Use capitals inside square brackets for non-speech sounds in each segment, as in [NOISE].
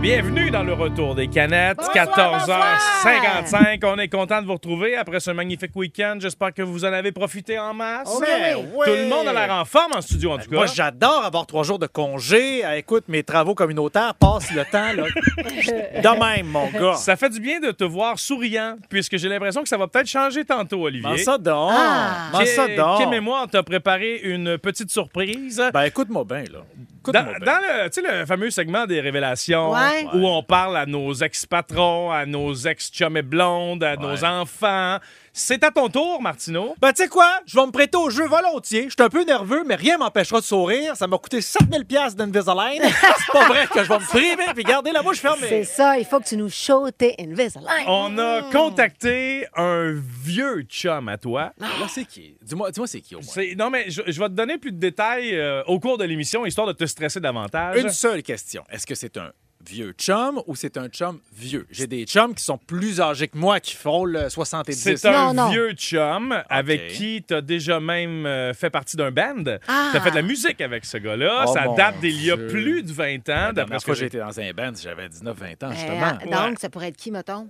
Bienvenue dans le retour des canettes, 14h55. On est content de vous retrouver après ce magnifique week-end. J'espère que vous en avez profité en masse. Ben oui. Tout le monde a l'air en forme en studio, en tout cas. Moi, j'adore avoir trois jours de congé. Ah, Écoute, mes travaux communautaires passent le temps, [LAUGHS] là. De même, mon gars. Ça fait du bien de te voir souriant, puisque j'ai l'impression que ça va peut-être changer tantôt, M'en Olivier. ça donc. Ah. M'en ça Kim- donc. Kim et moi, on t'a préparé une petite surprise. Ben, écoute-moi bien, là. Écoute-moi Dans, ben. bien. dans le, tu sais, le fameux segment des révélations Ouais. où on parle à nos ex-patrons, à nos ex-chums et blondes, à nos enfants. C'est à ton tour, Martineau. Ben, tu sais quoi? Je vais me prêter au jeu volontiers. Je suis un peu nerveux, mais rien m'empêchera de sourire. Ça m'a coûté 7000 pièces d'Invisalign. [LAUGHS] C'est pas vrai que je vais me priver puis garder la bouche C'est fermée. ça, il faut que tu nous shows tes Invisalign. On Hmm. a contacté un vieux chum à toi. Là, c'est qui? Dis-moi, dis-moi c'est qui au moins. C'est- Non, mais je, je vais te donner plus de détails euh, au cours de l'émission, histoire de te stresser davantage. Une seule question. Est-ce que c'est un vieux chum ou c'est un chum vieux? J'ai des chums qui sont plus âgés que moi qui font le 70. C'est Non, un non. vieux chum avec qui tu as déjà même euh, fait partie d'un band. Ah. Tu as fait de la musique avec ce gars-là. Oh, Ça mon date d'il y a Dieu. Ben, plus de 20 ans, La d'après dernière ce que fois, j'ai j'ai été dans un band, j'avais 19-20 ans, Ben, justement. ah, donc, Ouais. ça pourrait être qui, mettons?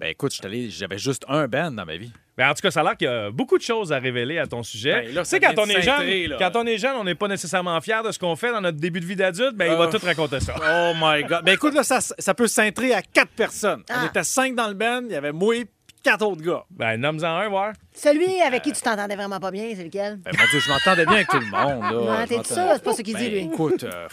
Ben écoute, j'étais allé- j'avais juste un band dans ma vie. Ben, en tout cas, ça a l'air qu'il y a beaucoup de choses à révéler à ton sujet. Ben, là, tu sais, ça quand on vient est de cintrer, jeune, là. quand on est jeune, on n'est pas nécessairement fier de ce qu'on fait dans notre début de vie d'adulte. Ben, il va Euh. tout raconter [LAUGHS] ça. Oh my God. Ben, écoute, là, ça, ça peut cintrer à quatre personnes. Ah. On était cinq dans le band, il y avait moi et quatre autres gars. Ben, nomme-en un, voir. Celui avec qui tu t'entendais vraiment pas bien, c'est lequel? Ben, mon Dieu, je m'entendais bien avec tout le monde. Là. Ouais, Je t'es m'entendais- sûr? C'est pas ce qu'il Ben, dit, lui. Écoute, euh,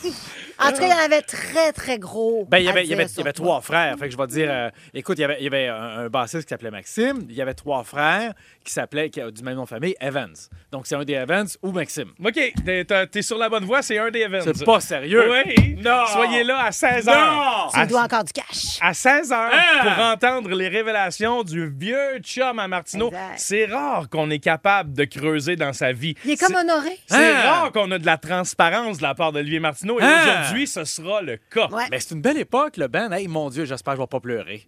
En tout cas, il y en avait très, très gros. Ben, il y à avait, il y dire avait, il y sur avait toi. trois frères. Fait que je vais te dire, euh, écoute, il y avait, il y avait un, un bassiste qui s'appelait Maxime. Il y avait trois frères qui s'appelaient, qui ont du même nom de famille, Evans. Donc, c'est un des Evans ou Maxime. OK, t'es- t'es t'es sur la bonne voie, c'est un des events. C'est pas sérieux. Oui, Non. soyez là à 16 h. Non. Tu me dois encore du cash. À 16 heures Hein? Ah! pour entendre les révélations du vieux chum à Martineau. Exact. C'est rare qu'on est capable de creuser dans sa vie. Il est comme honoré. C'est c'est Hein? Ah! rare qu'on a de la transparence de la part d'Olivier Martineau et Ah! aujourd'hui, ce sera le cas. Ouais. ben, c'est une belle époque, le band. Hey, mon Dieu, j'espère que je vais [LAUGHS] pas pleurer.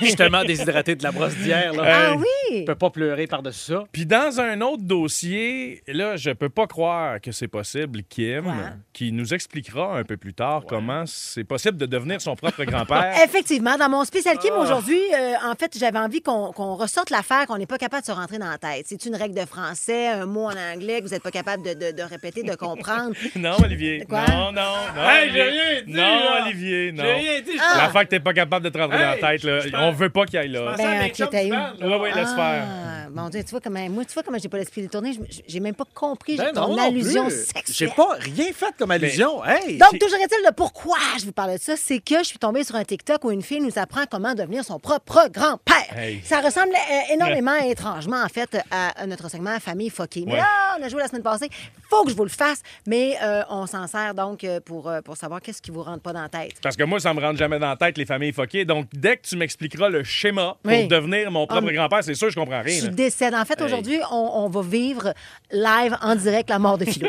Je suis tellement déshydraté de la brosse d'hier. là. Ah Hey. oui! Je peux pas pleurer par-dessus ça. Puis dans un autre dossier, là, je peux pas croire que c'est possible, Kim, Ouais. qui nous expliquera un peu plus tard comment c'est possible de devenir son [LAUGHS] propre grand-père. Effectivement, dans mon spécial Ah. Kim aujourd'hui, euh, en fait, j'avais envie qu'on qu'on ressorte l'affaire qu'on n'est pas capable de se rentrer dans la tête. C'est une règle de français, un mot en anglais que vous n'êtes pas capable de, de- de répéter, [LAUGHS] de comprendre. non, Olivier. Eh. Quoi? Non, non, non. Hey, j'ai Olivier. rien dit, Non, là. Olivier, non. dit. je Ah. L'affaire que t'es pas capable de te rentrer Hey, dans la tête, là, je pense- on veut pas qu'il aille là. pensais Ben, à mes ok, chums t'as du eu. band, là. Oui, oui, laisse faire. Ah, mon Dieu, tu vois comment moi, tu vois comment j'ai pas l'esprit détourné. Je me- J'ai même pas compris Ben, non, ton non allusion plus. J'ai sexuelle. pas rien fait comme allusion. Hey! Donc, toujours est-il le pourquoi je vous parlais de ça, c'est que je suis tombée sur un TikTok où une fille nous apprend comment devenir son propre grand-père. Hey. Ça ressemble euh, énormément, et étrangement, en fait, à, à notre segment Famille Foquée. Mais Ouais. là, on a joué la semaine passée. Faut que je vous le fasse, mais euh, on s'en sert donc euh, pour, euh, pour savoir qu'est-ce qui vous rentre pas dans la tête. Parce que moi, ça me rentre jamais dans la tête, les familles foquées. Donc, dès que tu m'expliqueras le schéma pour Oui. Ah. devenir mon propre mais- grand-père, c'est sûr, je comprends rien. Tu là. décèdes. En fait, aujourd'hui, on, on va vivre live en direct la mort de Philo.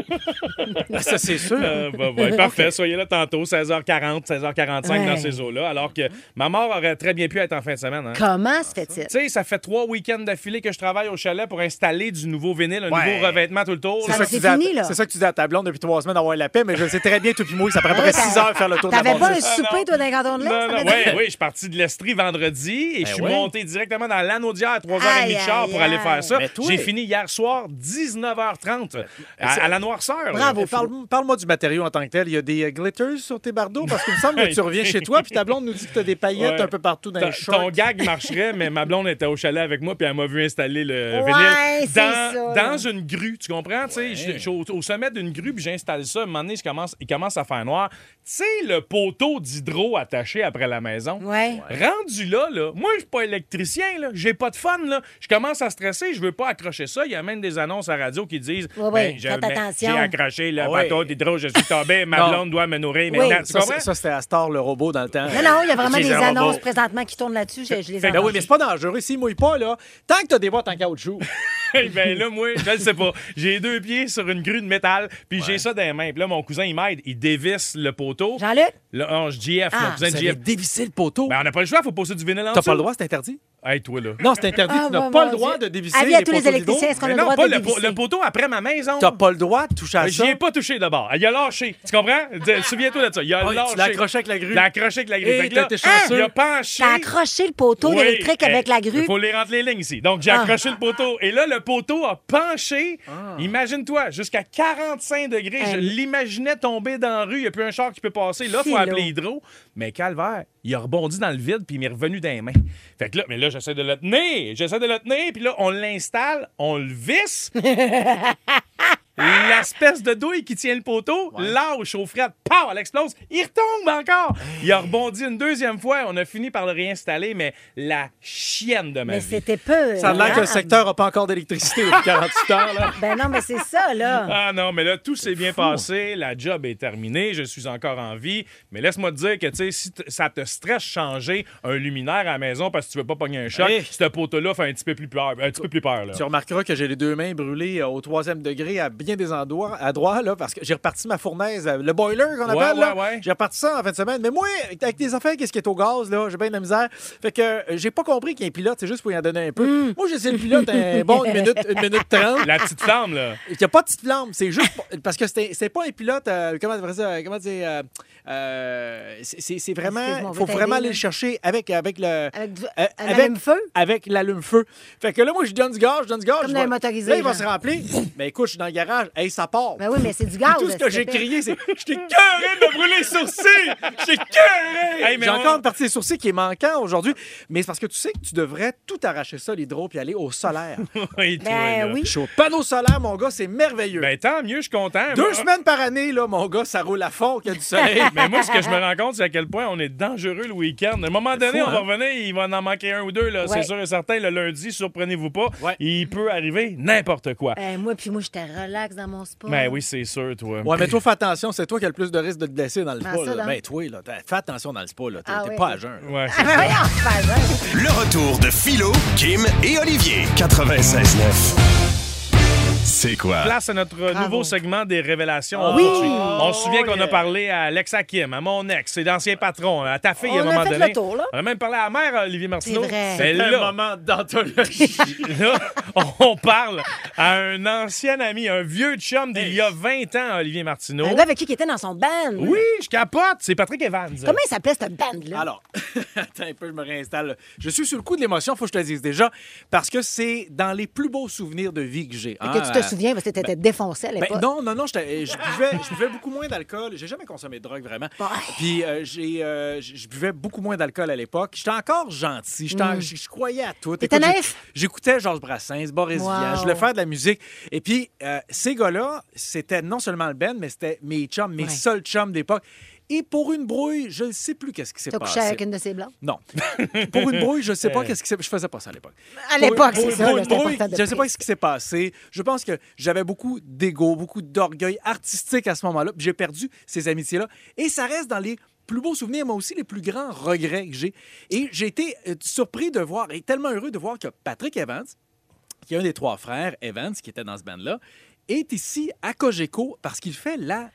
Ça, c'est sûr. Euh, bah, ouais, [LAUGHS] parfait, soyez là tantôt, 16h40, 16h45 dans Ouais. ces eaux-là, alors que ma mort aurait très bien pu être en fin de semaine. hein. comment se fait-il? Tu sais, ça fait trois week-ends d'affilée que je travaille au chalet pour installer du nouveau vinyle, un Ouais. nouveau revêtement tout le tour. C'est Ça ça, va, que tu c'est dis à- fini, là. c'est ça que tu dis à ta blonde depuis trois semaines d'avoir la paix, mais je le sais très bien, depuis moi, ça prend à peu Ouais, près t'as- six heures faire le tour de la T'avais pas un bâtisse. souper, toi, d'un canton de l'Est? Non, ça veut non, dire? oui, oui, je suis parti de l'Estrie vendredi et je suis ouais. monté directement dans l'anneau d'hier à 3h30 Aïe, de char aïe, pour aller aïe. Ben faire ça. Mais toi- J'ai fini hier soir, 19h30, à, à la noirceur. là. Bravo. Parle- Parle-moi du matériau en tant que tel. Il y a des euh, glitters sur tes bardeaux parce qu'il me semble que tu reviens chez toi puis ta blonde nous dit que tu as des paillettes Ouais. un peu partout dans Ta- les Ton shorts. gag marcherait, mais ma blonde était au chalet avec moi, puis elle m'a vu installer le Ouais, vinyle c'est dans, ça. dans une grue. Tu comprends? Tu sais, Je je suis au, au sommet d'une grue, puis j'installe ça. À un moment donné, je commence, il commence à faire noir. Tu sais, le poteau d'hydro attaché après la maison. Ouais. Rendu là, là, moi, je suis pas électricien, là. J'ai pas de fun, là. Je commence à stresser, je veux pas accrocher ça. Il y a même des annonces à radio qui disent Ben, Ouais, ouais, je- faites attention. J'ai accroché le Ah ouais. poteau d'hydro, je suis tombé, ma Non. blonde doit me nourrir Oui. maintenant. Tu Ça, comprends? c'est- ça, c'était Astor, le robot, dans le temps. Non, non, il y a vraiment Ok, des ça va annonces pas. présentement qui tournent là-dessus. Je, je les ai Ben ah oui, entendues. mais c'est pas dangereux. S'il mouille pas, là, tant que t'as des boîtes en caoutchouc. Eh [LAUGHS] ben là, moi, je le sais pas. J'ai deux pieds sur une grue de métal, puis j'ai ça dans les mains. Puis là, mon cousin, il m'aide. Il dévisse le poteau. Jean-Luc, Là, on, je GF, mon Ah. cousin Vous GF. avez dévissé le poteau. Ben, on n'a pas le choix, faut poser du vinyle en T'as dessous. pas le droit, c'est interdit. Hey, toi, là. Non, c'est interdit. Ah, tu n'as mon- pas mon le droit Dieu. de dévisser Avis les à tous les poteaux d'hydro. électriciens, est-ce qu'on a Mais le non, droit pas de le, po- dévisser? le poteau après ma maison. T'as pas le droit de toucher à J'y ça. ai pas touché d'abord. Il a lâché. Tu comprends? De- Souviens-toi de ça. Il a Ah oui, lâché. tu l'as accroché avec la grue. Il l'a accroché avec la grue. Et Fait que t'as là, été chanceux. Il a penché. T'as accroché le poteau Oui, électrique eh, avec la grue. Il faut les rentrer les lignes ici. Donc, j'ai Ah. accroché le poteau. Et là, le poteau a penché. Imagine-toi, jusqu'à 45 degrés. Je Eh. l'imaginais tomber dans la rue. Il n'y a plus un char qui peut passer. Là, il Philo. faut appeler Hydro. Mais calvaire, il a rebondi dans le vide puis il m'est revenu dans les mains. Fait que là, mais là, j'essaie de le tenir. J'essaie de le tenir. Puis là, on l'installe, on le visse. L'espèce de douille qui tient le poteau lâche au fret. Pow! Elle explose. Il retombe encore. Il a rebondi une deuxième fois. On a fini par le réinstaller, mais la chienne de ma Mais vie. c'était peu. Ça a l'air que le hein? secteur n'a pas encore d'électricité depuis 48 heures. Là. Ben non, mais c'est ça, là. Ah non, mais là, tout s'est bien passé. La job est terminée. Je suis encore en vie. Mais laisse-moi te dire que, tu sais, si t- ça te stresse changer un luminaire à la maison parce que tu veux pas pogner un choc, Hey. ce poteau-là fait un petit peu plus peur. Un petit peu plus peur, là. Tu remarqueras que j'ai les deux mains brûlées euh, au troisième degré à bien des endroits, à droit, là, parce que j'ai reparti ma fournaise, euh, le boiler qu'on Ouais, appelle. là. ouais, ouais. J'ai reparti ça en fin de semaine. Mais moi, avec des affaires, qu'est-ce qui est au gaz, là, j'ai bien de la misère. Fait que euh, j'ai pas compris qu'il y a un pilote, c'est juste pour y en donner un peu. Moi, j'ai essayé le pilote un bon une minute, une minute trente. La petite flamme, là. Il n'y a pas de petite flamme, c'est juste pour- parce que c'est c'est pas un pilote. euh, comment dire ça Comment dire euh, euh, C'est c'est- c'est Excuse-moi, vraiment, on veut faut t'aider, vraiment là. aller le chercher avec avec le Avec du- euh, un allume-feu? Avec l'allume-feu. Fait que là, moi, je donne du gaz, je donne du gaz. Comme je dans vais- les motorisés, Là, il va genre. se remplir. Mais écoute, je suis dans le garage. Hey, ça part. Ben oui, mais c'est du gaz. Tout ce que s'il j'ai te plaît. crié, c'est je [LAUGHS] t'ai Cœuré de brûler les sourcils! J'ai cœuré! [LAUGHS] J'ai encore une partie des sourcils qui est manquant aujourd'hui. Mais c'est parce que tu sais que tu devrais tout arracher ça, l'hydro, puis aller au solaire. Oui, toi, là. Ben oui. Je suis au panneau solaire, mon gars, c'est merveilleux. Ben tant mieux, je suis content. Deux Moi, [LAUGHS] semaines par année, là, mon gars, ça roule à fond qu'il y a du [LAUGHS] soleil. Mais moi, ce que je me rends compte, c'est à quel point on est dangereux le week-end. À un moment donné, hein? on va revenir, il va en manquer un ou deux, là, c'est Ouais. sûr et certain. Le lundi, surprenez-vous pas, Ouais. il peut arriver n'importe quoi. Ben, moi, puis moi, j'étais relax dans mon sport. Ben Mais oui, c'est sûr, toi. Ouais, mais toi, fais attention, c'est toi qui as le plus de risques de te blesser dans le Ah, spa. ça, là. donc. Ben, toi, là, t'as- fais attention dans le spa, là. T'es Ah t'es ouais. pas à jeun. là. Ouais, Ah, ben voyons, c'est pas vrai. Le retour de Philo, Kim et Olivier. 96.9. C'est quoi? Place [LAUGHS] à notre nouveau segment des révélations. Ah, On oui! poursuit. On se souvient Oh, qu'on a yeah. parlé à Alex Hakim, à mon ex, ses anciens patrons, à ta fille à un On a moment fait donné. le tour, là. On a même parlé à la mère, euh, Olivier Martineau. C'est vrai. Mais Un là, moment d'anthologie. là, on parle à un ancien ami, un vieux chum d'il y a 20 ans, Olivier Martineau. Un gars avec qui il était dans son band. Oui, je capote. C'est Patrick Evans. Comment il s'appelait, cette band-là? [LAUGHS] Alors, [LAUGHS] attends un peu, je me réinstalle. là. Je suis sur le coup de l'émotion, faut que je te le dise déjà, parce que c'est dans les plus beaux souvenirs de vie que j'ai. hein, que tu te euh, souviens, parce que t'étais défoncé à Ben, l'époque. non, non, non, j'étais- euh, je buvais, je buvais beaucoup moins d'alcool. J'ai jamais consommé de drogue vraiment. Bah. Puis euh, j'ai, euh, j- je buvais beaucoup moins d'alcool à l'époque. J'étais encore gentil. J'étais en- Je je croyais à tout. Mm. T'étais Écoute, j'ai- naïf? J'écoutais Georges Brassens, Boris Wow. Vian. Je voulais faire de la musique. Et puis euh, ces gars-là, c'était non seulement le Ben, mais c'était mes chums, mes Ouais. seuls chums d'époque. Et pour une brouille, je ne sais plus qu'est-ce qui s'est T'as passé. couché avec une Euh. de ses blancs? Non. [LAUGHS] pour une brouille, je sais pas qu'est-ce qui s'est Je faisais pas ça à l'époque. À Pour- l'époque, pour- c'est ça. pour là, une c'est brouille, important de je sais pas préciser. ce qui s'est passé. Je pense que j'avais beaucoup d'ego, beaucoup d'orgueil artistique à ce moment-là. puis J'ai perdu ces amitiés-là. Et ça reste dans les plus beaux souvenirs, mais aussi les plus grands regrets que j'ai. Et j'ai été euh, surpris de voir, et tellement heureux de voir que Patrick Evans, qui est un des trois frères, Evans, qui était dans ce band-là, est ici à Cogeco parce qu'il fait la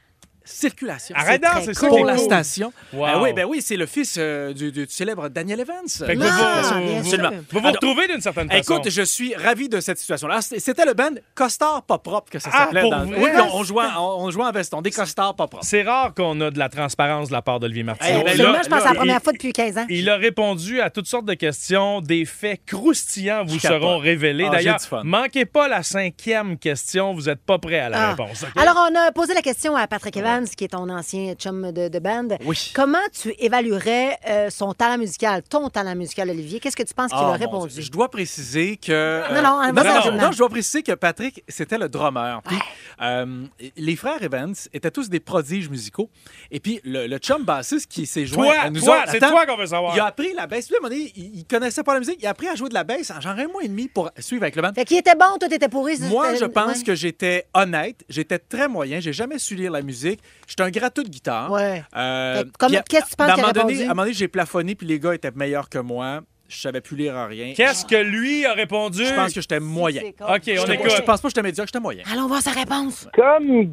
circulation. Arrête donc, très c'est ça C'est cool. qui pour est la cool. station. Wow. Ah oui, ben oui, c'est le fils euh, du, du célèbre Daniel Evans. Fait que Non, vous, vous, bien vous- sûr. vous vous Alors, retrouvez d'une certaine façon. Écoute, je suis ravi de cette situation-là. C- C'était le band Costard pas propre que ça Ah, s'appelait. pour dans- vrai? Oui, on, on jouait, on, on jouait en veston, des Costards pas propres. c'est rare qu'on a de la transparence de la part d'Olivier Martineau. Eh ben Absolument, là- je pense que c'est la là, première il- fois depuis 15 ans. Il a répondu à toutes sortes de questions. Des faits croustillants vous Je capote. seront révélés. Ah, j'ai D'ailleurs, du fun. manquez pas la cinquième question. Vous n'êtes pas prêt à la Ah. réponse. ok? Alors, on a posé la question à Patrick Evans, qui est ton ancien chum de, de band. Oui. Comment tu évaluerais euh, son talent musical, ton talent musical, Olivier? Qu'est-ce que tu penses qu'il Ah, a mon répondu? Dieu. Je dois préciser que. euh, Non, non, hein, non, vas-y, non, vas-y, non, non. je dois préciser que Patrick, c'était le drummer. Puis, euh, les frères Evans étaient tous des prodiges musicaux. Et puis, le, le chum bassiste qui s'est joint Toi, à nous toi, autres- c'est Attends, toi qu'on veut savoir. Il a appris la basse. Puis, à un moment donné, il, il connaissait pas la musique. Il a appris à jouer de la basse en genre un mois et demi pour suivre avec le band. Fait qu'il était bon, toi, t'étais pourri. c'est- Moi, je c'était- pense ouais. que j'étais honnête, j'étais très moyen, j'ai jamais su lire la musique. J'étais un gratteux de guitare. Ouais. Euh, Fait que comment- puis à- qu'est-ce que tu penses à un qu'il a moment donné, répondu? À un moment donné, j'ai plafonné, puis les gars étaient meilleurs que moi. Je savais plus lire en rien. Qu'est-ce que lui a répondu? Je pense que j'étais moyen. C'est con. OK, Je on te- écoute. je pense pas que j'étais médiocre, j'étais moyen. Allons voir sa réponse. Comme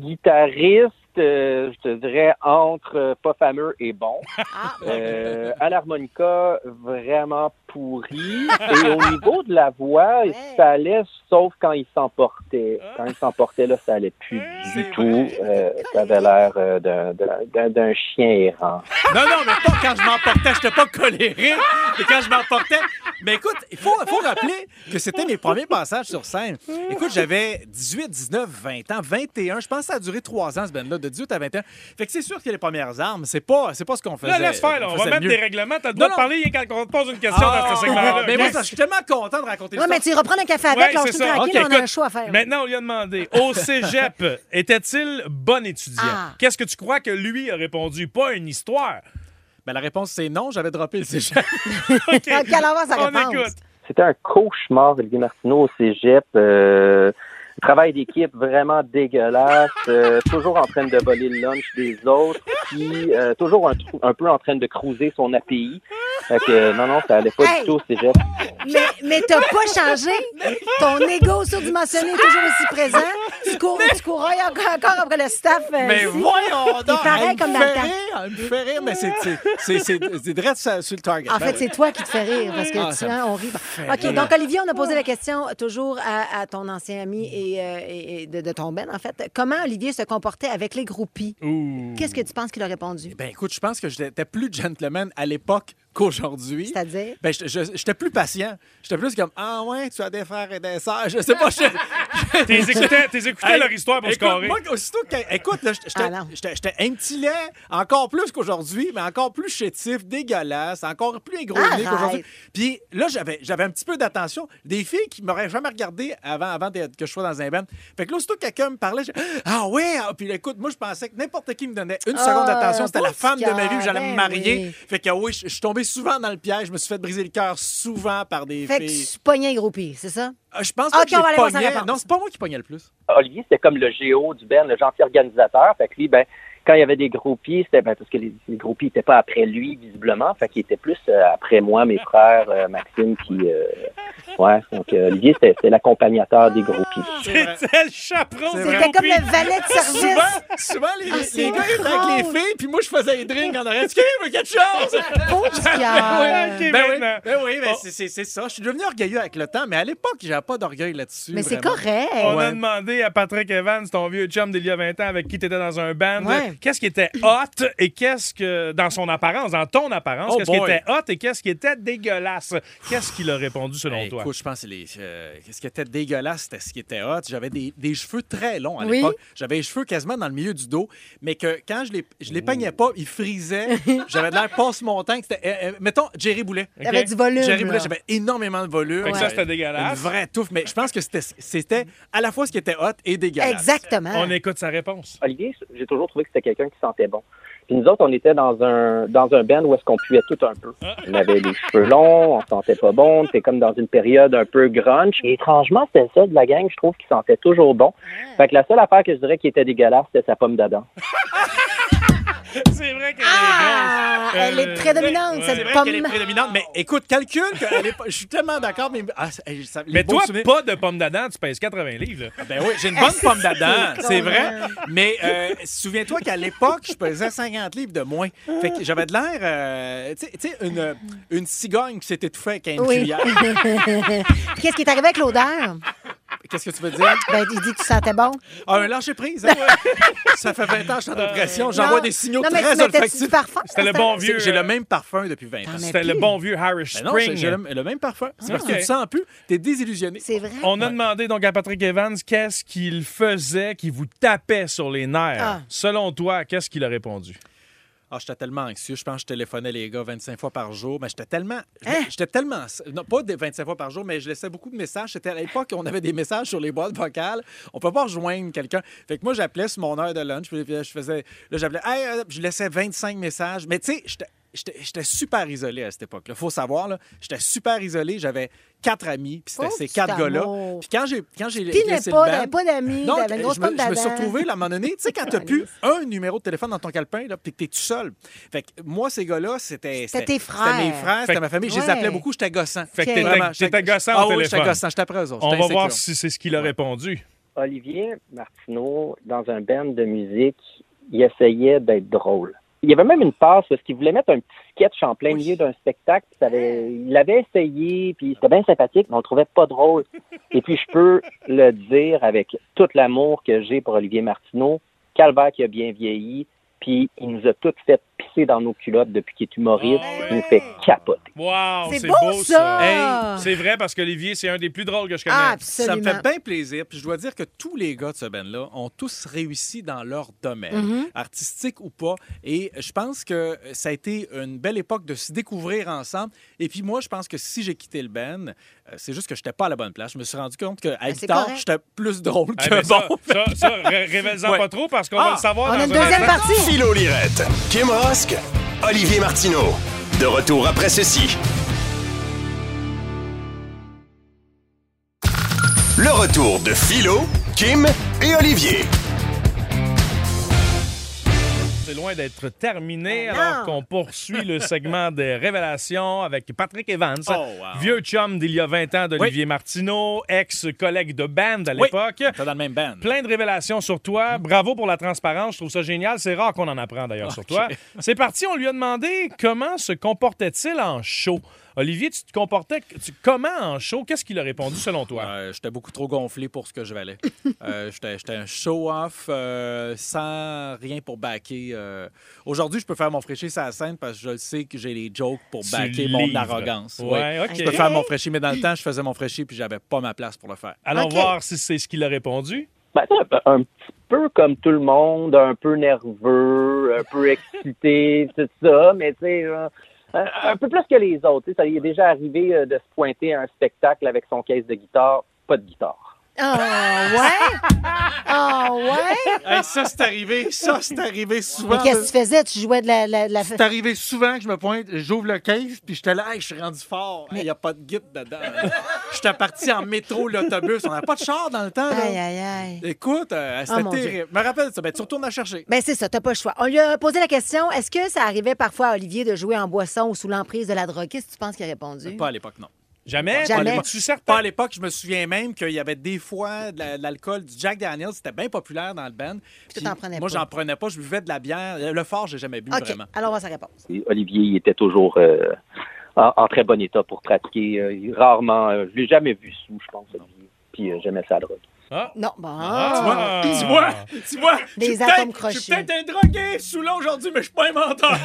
guitariste, euh, je te dirais entre euh, pas fameux et bon. Ah, Euh, à l'harmonica, vraiment [LAUGHS] pourri. Et au niveau de la voix, Ouais. Ah. ça allait, sauf quand il s'emportait. Quand il s'emportait, là, ça allait plus du tout. Euh, ça avait l'air euh, d'un- d'un- d'un- d'un chien errant. Non, non, mais pas quand je m'emportais. J'étais pas colérique, mais quand je m'emportais. Mais écoute, il faut, faut rappeler que c'était mes premiers passages sur scène. Écoute, j'avais 18, 19, 20 ans, 21. Je pense que ça a duré trois ans, ce band-là, de 18 à 21. Fait que c'est sûr que les premières armes, c'est pas, c'est pas ce qu'on faisait. Là, laisse faire, là. qu'on On va faisait mettre mieux. des règlements. T'as le droit Non, de non. parler quand on te pose une question dans ce segment-là. Ah, mais moi, Yes. ça, je suis tellement content de raconter Ouais, ça. mais tu iras prendre un café avec, Ouais, lâche-nous c'est ça. tranquille, Ok, on a un écoute, choix à faire. Maintenant, on lui a demandé, au cégep, [LAUGHS] était-il bon étudiant? Ah. Qu'est-ce que tu crois que lui a répondu? Pas [LAUGHS] une histoire. Ben, la réponse, c'est non. J'avais droppé le cégep. Ben, OK. Ah, quelle avoir sa on réponse? écoute. C'était un cauchemar, Olivier Martineau, au cégep. Euh, travail d'équipe vraiment dégueulasse. euh, toujours en train de voler le lunch des autres. Puis euh, toujours un, trou- un peu en train de cruiser son API. Fait que, euh, non, non, ça allait pas Hey! du tout au cégep. Mais, mais t'as pas changé. Ton ego surdimensionné est toujours aussi présent. Tu cours, tu courrais encore, encore après le staff. euh, Mais ici. voyons donc! pareil elle comme me dans le fait temps. rire, Elle me fait rire, mais c'est- c'est- c'est c'est- c'est direct sur sur le target. En Ben fait, oui. c'est toi qui te fais rire parce que Ah, tu ça me hein, on rit. OK, donc Olivier, on a posé la question toujours à, à ton ancien ami et, euh, et- et de, de ton ben, en fait. Comment Olivier se comportait avec les groupies? Qu'est-ce que tu penses qu'il a répondu? Ben écoute, je pense que j'étais plus gentleman à l'époque qu'aujourd'hui. C'est-à-dire? Ben, je- je- j'étais plus patient. J'étais plus comme Ah ouais, tu as des frères et des sœurs. Je sais pas. Je, T'es écoutais, t'es écoutais Hey, leur histoire pour écoute, se carrer. moi, aussitôt que- Écoute, là, j'étais- Ah, non. j'étais j'étais un petit lait, encore plus qu'aujourd'hui, mais encore plus chétif, dégueulasse, encore plus égroné Arrête. qu'aujourd'hui. Puis là, j'avais j'avais un petit peu d'attention. Des filles qui m'auraient jamais regardé avant, avant de- que je sois dans un band. Fait que là, aussitôt que quelqu'un me parlait, je- Ah ouais! ah! Puis là, écoute, moi, je pensais que n'importe qui me donnait une Ah, seconde d'attention. C'était la petit femme de ma vie, cœur, j'allais ben me marier. oui. Fait que oui, je je suis tombé souvent dans le piège. Je me suis fait briser le cœur souvent par des Fait que filles. tu pognais les groupies, c'est ça? Ah, Je pense pas Ok, que je on va aller voir sa pognais. réponse. Non, c'est pas moi qui pognais le plus. Olivier, c'était comme le géo du Ben, le gentil organisateur. Fait que lui, ben, quand il y avait des groupies, c'était ben, parce que les, les groupies n'étaient pas après lui, visiblement. Fait qu'il était plus euh, après moi, mes frères, euh, Maxime, puis... euh, ouais, donc euh, Olivier, c'était c'était l'accompagnateur des groupies. T'étais le chaperon C'est des vrai. C'était comme groupies. le valet de service. [LAUGHS] Souvent, souvent les, Ah, c'est les gars ils étaient avec les drôle. filles, puis moi, je faisais les drinks en arrière. Est-ce qu'il veut [LAUGHS] quelque chose? Pauvre [LAUGHS] Ah, Ouais, Pierre. ok, Ben oui, maintenant. ben oui, ben Oh. c'est- c'est c'est ça. Je suis devenu orgueilleux avec le temps, mais à l'époque, j'avais pas d'orgueil là-dessus. Mais c'est vraiment. correct. On a Ouais. demandé à Patrick Evans, ton vieux chum d'il y a 20 ans avec qui t'étais dans un band, Ouais. qu'est-ce qui était hot et qu'est-ce que, dans son apparence, dans ton apparence, Oh qu'est-ce qui boy. était hot et qu'est-ce qui était dégueulasse? Qu'est-ce qu'il a répondu selon Hey, toi? Ben, Écoute, je pense que les, euh, ce qui était dégueulasse, c'était ce qui était hot. J'avais des, des cheveux très longs à Oui. l'époque. J'avais les cheveux quasiment dans le milieu du dos, mais que quand je les, je Oh. les peignais pas, ils frisaient. J'avais de l'air passe-montagne. C'était, euh, euh, mettons, Jerry Boulet. Ok? T'avais du volume. Jerry là. Boulet, j'avais énormément de volume. Fait que ça, c'était dégueulasse. Une vraie touffe, mais je pense que c'était- c'était à la fois ce qui était hot et dégueulasse. Exactement. On écoute sa [LAUGHS] réponse. Olivier, j'ai toujours trouvé que c'était quelqu'un qui sentait bon. Puis nous autres, on était dans un dans un band où est-ce qu'on puait tout un peu. On avait les cheveux longs, on sentait pas bon, c'était comme dans une période un peu grunge. Et étrangement, c'était ça de la gang, je trouve, qui sentait toujours bon. Fait que la seule affaire que je dirais qui était dégueulasse, c'était sa pomme d'Adam. C'est vrai qu'elle Ah, est elle est prédominante, C'est cette vrai pomme. qu'elle est prédominante, mais écoute, calcule qu'elle est pas- Je suis tellement d'accord, mais. ah, c'est- hey, ça- les Mais beaux toi, souvenirs- pas de pomme d'Adam, tu pèses 80 livres. Ah, là. Ben oui, j'ai une [LAUGHS] bonne pomme d'Adam, C'est c'est con, vrai. hein. Mais euh, souviens-toi qu'à l'époque, je pesais 50 livres de moins. Fait que j'avais de l'air. euh, tu sais- tu sais, une, une cigogne qui s'est étouffée avec une Oui. cuillère. Puis Qu'est-ce qui est arrivé avec l'odeur? Qu'est-ce que tu veux dire? Ben, il dit que tu sentais bon. Ah, un lâcher prise. hein? ça fait 20 ans que je suis en dépression. J'envoie Non. des signaux non, mais très tu mettais-tu du olfactifs. parfum? C'était le bon vieux. J'ai euh, le même parfum depuis 20 ans. mais C'était le plus. bon vieux Harris Ben non, j'ai Spring. j'ai le, le même parfum. C'est parce que Ah. tu le sens plus, t'es désillusionné. C'est vrai. On a demandé donc à Patrick Evans qu'est-ce qu'il faisait qui vous tapait sur les nerfs. Ah. Selon toi, qu'est-ce qu'il a répondu? Ah, j'étais tellement anxieux. Je pense que je téléphonais les gars 25 fois par jour. Mais j'étais tellement. je- Hein? J'étais tellement. Non, pas des 25 fois par jour, mais je laissais beaucoup de messages. C'était à l'époque, on avait des messages sur les boîtes vocales. On peut pas rejoindre quelqu'un. Fait que moi, j'appelais sur mon heure de lunch. Puis là, je faisais. Là, j'appelais. Hey, euh, je laissais 25 messages. Mais tu sais, j'étais. J'étais j'étais super isolé à cette époque-là. Faut savoir, là, j'étais super isolé. J'avais quatre amis, puis c'était Oh, ces petit quatre gars-là. amour. Puis quand j'ai quand j'ai Puis il n'avait pas- laissé le band- n'avait pas d'amis, Donc, euh, t'avais une grosse je me, pomme je me suis d'Adam. retrouvé là, à un moment donné, tu sais, quand [LAUGHS] t'as plus un numéro de téléphone dans ton calepin, là, puis que t'es tout seul. Fait que moi, ces gars-là, c'était. C'était tes frères. C'était mes frères, Fait- c'était ma famille. Je les Ouais. appelais beaucoup, j'étais gossant. Fait que Ok. t'étais- Vraiment, t'étais gossant Ah au oui, téléphone. j'étais gossant, j'étais après eux autres. On J'étais va voir insécure. si c'est ce qu'il a répondu. Olivier Martineau, dans un band de musique, il essayait d'être drôle. il y avait même une passe parce qu'il voulait mettre un petit sketch en plein milieu d'un spectacle. puis ça avait- il l'avait essayé, puis c'était bien sympathique, mais on le trouvait pas drôle. Et puis, je peux le dire avec tout l'amour que j'ai pour Olivier Martineau, Calvaire qui a bien vieilli, puis il nous a tout fait pisser dans nos culottes depuis qu'il est humoriste. Ah ouais. Il nous fait capoter. Wow, C'est c'est beau, ça! Hey, c'est vrai parce qu'Olivier, c'est un des plus drôles que je connais. Ah, Ça me absolument. fait bien plaisir. Puis je dois dire que tous les gars de ce band-là ont tous réussi dans leur domaine, Mm-hmm. Mhm. Mmh. artistique ou pas. Et je pense que euh, ça a été une belle époque de se découvrir ensemble. Et puis moi, je pense que si j'ai quitté le band, euh, c'est juste que je n'étais pas à la bonne place. Je me suis rendu compte qu'à c'est guitare, corré- j'étais plus drôle Eh que ben, ça, bon. ça, ça, ré- révèle-en Ouais. pas trop parce qu'on Ah, va le savoir On dans a une un deuxième instant. [LAUGHS] partie. Philo Lirette, Kim Rosk, Olivier Martineau. De retour après ceci. Le retour de Philo, Kim et Olivier. C'est loin d'être terminé Ben alors non. qu'on poursuit [LAUGHS] le segment des révélations avec Patrick Evans, Oh, wow. vieux chum d'il y a 20 ans d'Olivier Martineau, ex-collègue de band à Oui. l'époque. T'es dans le même band. Plein de révélations sur toi. Bravo pour la transparence. Je trouve ça génial. C'est rare qu'on en apprend d'ailleurs sur toi. C'est parti. On lui a demandé comment se comportait-il en show. Olivier, tu te comportais tu- comment en show? Qu'est-ce qu'il a répondu selon toi? Euh, j'étais beaucoup trop gonflé pour ce que je valais. Euh, j'étais, j'étais un show-off euh, sans rien pour backer. euh. Aujourd'hui, je peux faire mon fraîcher sur la scène parce que je le sais que j'ai les jokes pour Tu backer mon livres. arrogance. Oui. Ouais, OK. Je peux faire mon fraîcher, mais dans le temps, je faisais mon fraîcher puis j'avais pas ma place pour le faire. Allons OK. voir si c'est ce qu'il a répondu. Ben, un- un petit peu comme tout le monde, un peu nerveux, un peu excité, [LAUGHS] tout ça, mais tu sais, euh, un, un peu plus que les autres. tu sais, Ça lui est déjà arrivé euh, de se pointer à un spectacle avec son caisse de guitare, pas de guitare. Ah ouais? Ah [LAUGHS] ouais? Hey, ça, c'est [LAUGHS] arrivé. Ça, c'est arrivé souvent. Mais qu'est-ce que tu faisais? Tu jouais de la... la, la... C'est arrivé souvent que je me pointe, j'ouvre le case, puis j'étais là, Hey, je suis rendu fort. Il n'y a pas de guide dedans. [LAUGHS] j'étais parti en métro, l'autobus. On n'a pas de char dans le temps. là. Aïe, aïe, aïe. Écoute, euh, Oh, c'était mon Dieu. terrible. Je me rappelle de ça. Ben, tu retournes la chercher. Ben c'est ça, t'as pas le choix. On lui a posé la question, est-ce que ça arrivait parfois à Olivier de jouer en boisson ou sous l'emprise de la drogue? Qu'est-ce que tu penses qu'il a répondu? Pas à l'époque, non. Jamais? Jamais. Tu certain? Pas à l'époque, je me souviens même qu'il y avait des fois de la- de l'alcool, du Jack Daniels, c'était bien populaire dans le band. toi, t'en prenais moi, pas. j'en prenais pas, je buvais de la bière. Le fort, j'ai jamais bu OK, vraiment. alors on va sa réponse. Et Olivier il était toujours euh, en, en très bon état pour pratiquer. euh, il- rarement, euh, je l'ai jamais vu sous, je pense, Olivier. Puis euh, j'aimais ça drogue. Ah. Non, bon. Ah. Tu vois, tu vois, Des je suis atomes peut-être- crochus. Je suis peut-être un drogué sous l'eau aujourd'hui, mais je suis pas un menteur.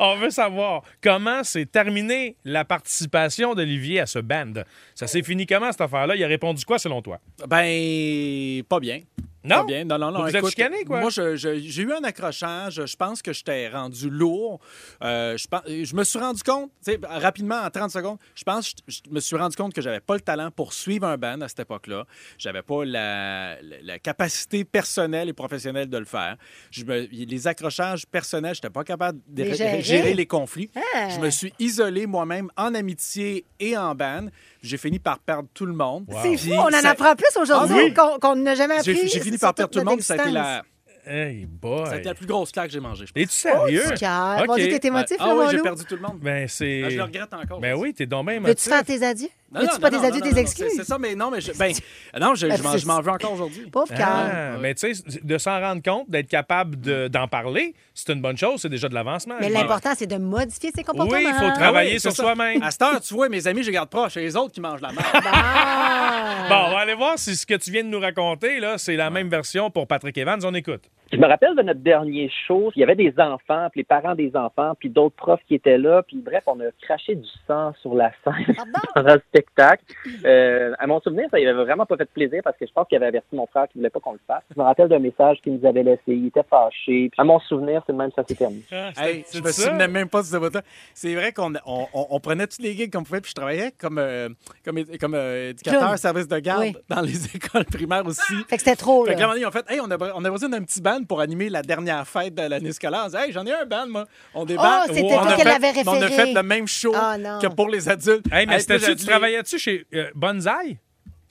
On veut savoir comment s'est terminée la participation d'Olivier à ce band. Ça s'est fini comment cette affaire-là? Il a répondu quoi selon toi? [LAUGHS] ben, pas bien. Non? Pas bien. Non, non, non. Vous vous êtes écoute, chicané, quoi? Moi, je- je- j'ai eu un accrochage. Je pense que j'étais rendu lourd. Euh, je, pen- je me suis rendu compte, tu sais, rapidement, en 30 secondes, je pense que je, je me suis rendu compte que j'avais pas le talent pour suivre un band à cette époque-là. J'avais pas la, la- la capacité personnelle et professionnelle de le faire. Je me- les accrochages personnels, j'étais pas capable de Les ré- gérer. gérer les conflits. Ah. Je me suis isolé moi-même en amitié et en band. J'ai fini par perdre tout le monde. C'est Puis fou, on en ça- apprend plus aujourd'hui Ah oui. qu'on qu'on n'a jamais j'ai, appris. j'ai fini sur par perdre tout le notre monde. Ça a, été la, Hey ça a boy! été la plus grosse claque que j'ai mangée, je pense. Es-tu sérieux? existence. Cœur. Vas-y, OK. t'es émotif, ah oui, là, j'ai mon loup? perdu tout le monde. Ben Ah, je c'est... le regrette encore. Ben oui, t'es donc bien Veux-tu émotif. faire tes adieux? Non, non, Veux-tu pas non, tes adieux, non, tes non, c'est- excuses? C'est ça, mais non, mais je, [LAUGHS] ben, non, je, je m'en, je m'en veux encore aujourd'hui. Pauvre cœur. Ah, mais tu sais, de s'en rendre compte, d'être capable de- Mm. d'en parler, c'est une bonne chose, c'est déjà de l'avancement. Mais Je l'important, c'est de modifier ses comportements. Oui, il faut Ah oui, Travailler c'est sur ça. [LAUGHS] soi-même. À cette heure, tu vois, mes amis, je les garde proche. C'est les autres qui mangent la [LAUGHS] merde. Ah! [LAUGHS] Bon, on va aller voir si ce que tu viens de nous raconter, là, c'est la même version pour Patrick Evans. On écoute. Je me rappelle de notre dernier show, il y avait des enfants, puis les parents des enfants, puis d'autres profs qui étaient là, puis bref, on a craché du sang sur la scène Pardon? pendant le spectacle. Euh, à mon souvenir, ça il avait vraiment pas fait plaisir parce que je pense qu'il avait averti mon frère qu'il voulait pas qu'on le fasse. Je me rappelle d'un message qu'il nous avait laissé, il était fâché. Puis à mon souvenir, c'est le même que ça s'est terminé. Hey, je me ça? souvenais même pas de ce bout C'est vrai qu'on on, on- on prenait toutes les gigs qu'on pouvait, puis je travaillais comme, euh, comme, comme euh, éducateur, Clown. service de garde Oui. dans les [LAUGHS] écoles primaires aussi. Fait que c'était trop, Fait que là, à un là. moment donné, ils ont fait Hey, on a, on a besoin d'un petit band pour animer la dernière fête de l'année scolaire. On dit, Hey, j'en ai un band, moi. On débarque. Ah, c'était on toi a qui fait- l'avais référé. On a fait le même show Ah, non. que pour les adultes. Hey, mais Hey, puis c'était-tu, tu j'ai dit- travaillais-tu chez euh, Banzai?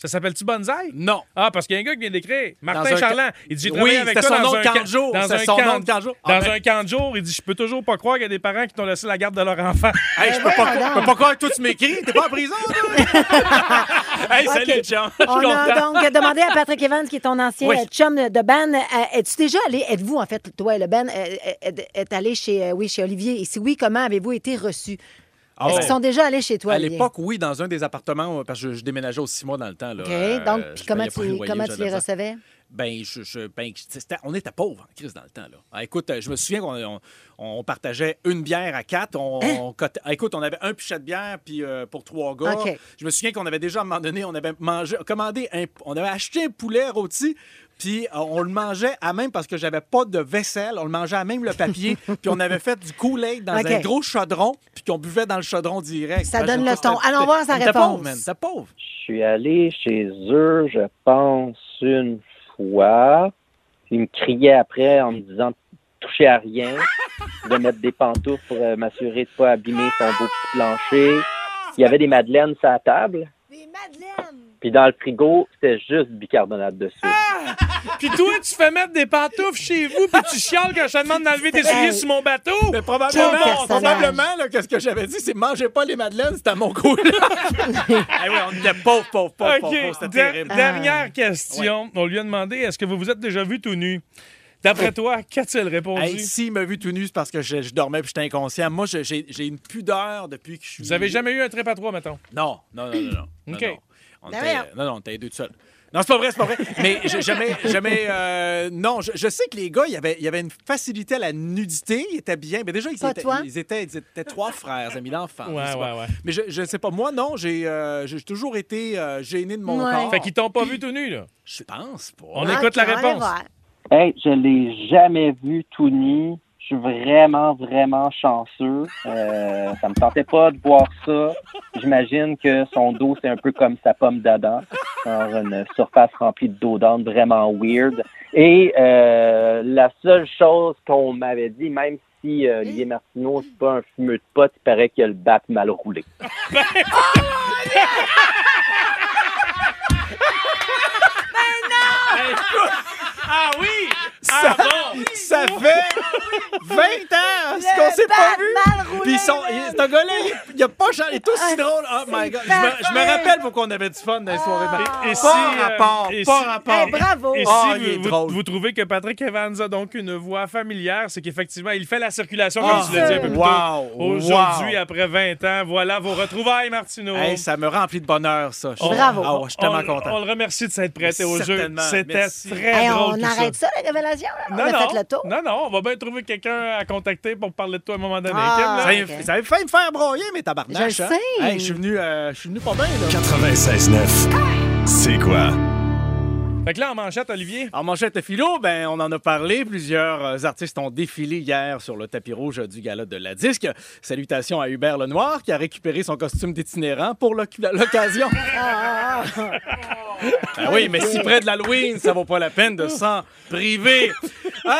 Ça s'appelle-tu Bonsaï? Non. Ah, parce qu'il y a un gars qui vient d'écrire, Martin un ca- Charland. Il dit J'ai Oui, travaillé avec c'était toi son dans nom un de camp ca- de jour. Dans C'était un son camp- nom de camp de jour. Ah, Dans ben. un camp de jour, il dit Je peux toujours pas croire qu'il y a des parents qui t'ont laissé la garde de leur [LAUGHS] enfant. Hey, je peux pas, je peux pas croire que toi, tu m'écris. T'es pas en prison, [LAUGHS] là? Hey, Ah, salut, Jean. Je suis On a content. donc demandé à Patrick Evans, qui est ton ancien Oui. euh, chum de de band, euh, es-tu déjà allé, êtes-vous en fait, toi et le band, euh, êtes- êtes allé chez, euh, oui, chez Olivier? Et si oui, comment avez-vous été reçu? Ah Est-ce qu'ils sont déjà allés chez toi, Oh. À Olivier? l'époque, oui, dans un des appartements, euh, parce que je, je déménageais aux six mois dans le temps. Là, OK. Euh, donc, je puis comment payais pas le tu, loyer, comment j'avais tu les ça. recevais? Ben, je, je- ben, je- c'était- on était pauvres en crise dans le temps. Là. Ah, écoute, euh, je me souviens qu'on on, on partageait une bière à quatre. On, Hein? on cotait- ah, écoute, on avait un pichet de bière puis, euh, pour trois gars. OK. Je me souviens qu'on avait déjà, à un moment donné, on avait mangé, commandé un- on avait acheté un poulet rôti. Puis euh, on le mangeait à même parce que j'avais pas de vaisselle. On le mangeait à même le [LAUGHS] papier. puis on avait fait du Kool-Aid dans OK. un gros chaudron. Puis qu'on buvait dans le chaudron direct. Ça Imagine-toi, donne le ton. c'était- Allons voir sa on était réponse. pauvres, man. T'es pauvre. Je suis allé chez eux, je pense, une fois. Ils me criaient après en me disant de toucher à rien, de mettre des pantoufles pour euh, m'assurer de pas abîmer son beau petit plancher. Il y avait des madeleines sur la table. Des madeleines! Puis dans le frigo, c'était juste du bicarbonate de soude. puis toi, tu fais mettre des pantoufles chez vous, puis tu chiales quand je te demande d'enlever tes souliers Hey. sur mon bateau. Mais Quel probablement, personnage. probablement là, que ce que j'avais dit, c'est mangez pas les madeleines, c'était à mon coup. [LAUGHS] Eh oui, on était pauvres, pauvres, pauvres, OK. pauvres, pauvres, c'était der- terrible. Ah. Dernière question. On lui a demandé Est-ce que vous vous êtes déjà vu tout nu? D'après toi, qu'a-t-il répondu? Oh. Hey, S'il m'a vu tout nu, c'est parce que je, je dormais et j'étais inconscient. Moi, je- j'ai j'ai une pudeur depuis que je suis. Vous avez jamais eu un trip à trois, mettons? Non, non, non, non. [CLEARS THROAT] non, OK. non, non. On était- D'ailleurs. non, non, on était les deux tout seuls. Non, c'est pas vrai, c'est pas [LAUGHS] vrai. Mais j'ai jamais, jamais. euh, non, je, je sais que les gars, il y avait, il y avait une facilité à la nudité. Ils étaient bien. Mais déjà, ils, Pas étaient, toi? ils, étaient, ils étaient trois frères, amis d'enfants. Ouais, Ah, je sais pas. ouais, ouais. Mais je, je sais pas. Moi, non, j'ai euh, j'ai toujours été euh, gêné de mon Ouais. corps. Fait qu'ils t'ont pas vu tout nu, là. Je pense pas. On écoute Ah, la réponse. Hey, je l'ai jamais vu tout nu. Je suis vraiment, vraiment chanceux. Euh, ça me tentait pas de voir ça. J'imagine que son dos, c'est un peu comme sa pomme d'Adam. Genre une surface remplie de dos d'âne vraiment weird. Et euh, la seule chose qu'on m'avait dit, même si euh, Olivier Martineau, c'est pas un fumeux de potes, il paraît qu'il a le bat mal roulé. Ah oui! Ah bon! Ça fait 20 ans ce qu'on s'est pas vu. Puis ils sont, ils- ce gars-là, il- il a pas changé. Il est Ah, aussi drôle. Oh my God. Je me, je me rappelle pourquoi on avait du fun dans les soirées. de Marc. Et- et pas si, euh, rapport, et pas si- Oh. rapport. Hey, bravo! Eh, Et Ah, il si est vous, vous- drôle. vous trouvez que Patrick Evans a donc une voix familière, c'est qu'effectivement, il fait la circulation, Ah, comme tu l'as dit un peu plus tôt. wow, Aujourd'hui, wow. après 20 ans, voilà vos retrouvailles, Martineau. Hey, ça me remplit de bonheur, ça. Je- ben- Bravo. Ah ouais, je suis on, tellement content. on le remercie de s'être prêté au jeu. Certainement, C'était merci. très Hey, drôle. on tout arrête ça, les révélations? là? On a non, fait le tour? non, non, on va bien trouver quelqu'un à contacter pour parler de toi à un moment donné. Ah. Kim, là. Ça avait, ok. ça avait failli me faire broyer, mais tabarnak. Je le hein. sais. Hey, je suis venu, euh, je suis venu pas bien, là. 96.9. C'est quoi? Fait que là, en manchette, Olivier. En manchette de philo, ben, on en a parlé. Plusieurs euh, artistes ont défilé hier sur le tapis rouge du gala de la disque. Salutations à Hubert Lenoir qui a récupéré son costume d'itinérant pour l'oc- [LAUGHS] l'occasion. Ah oui, mais si près de l'Halloween, ça vaut pas la peine de s'en priver. Euh,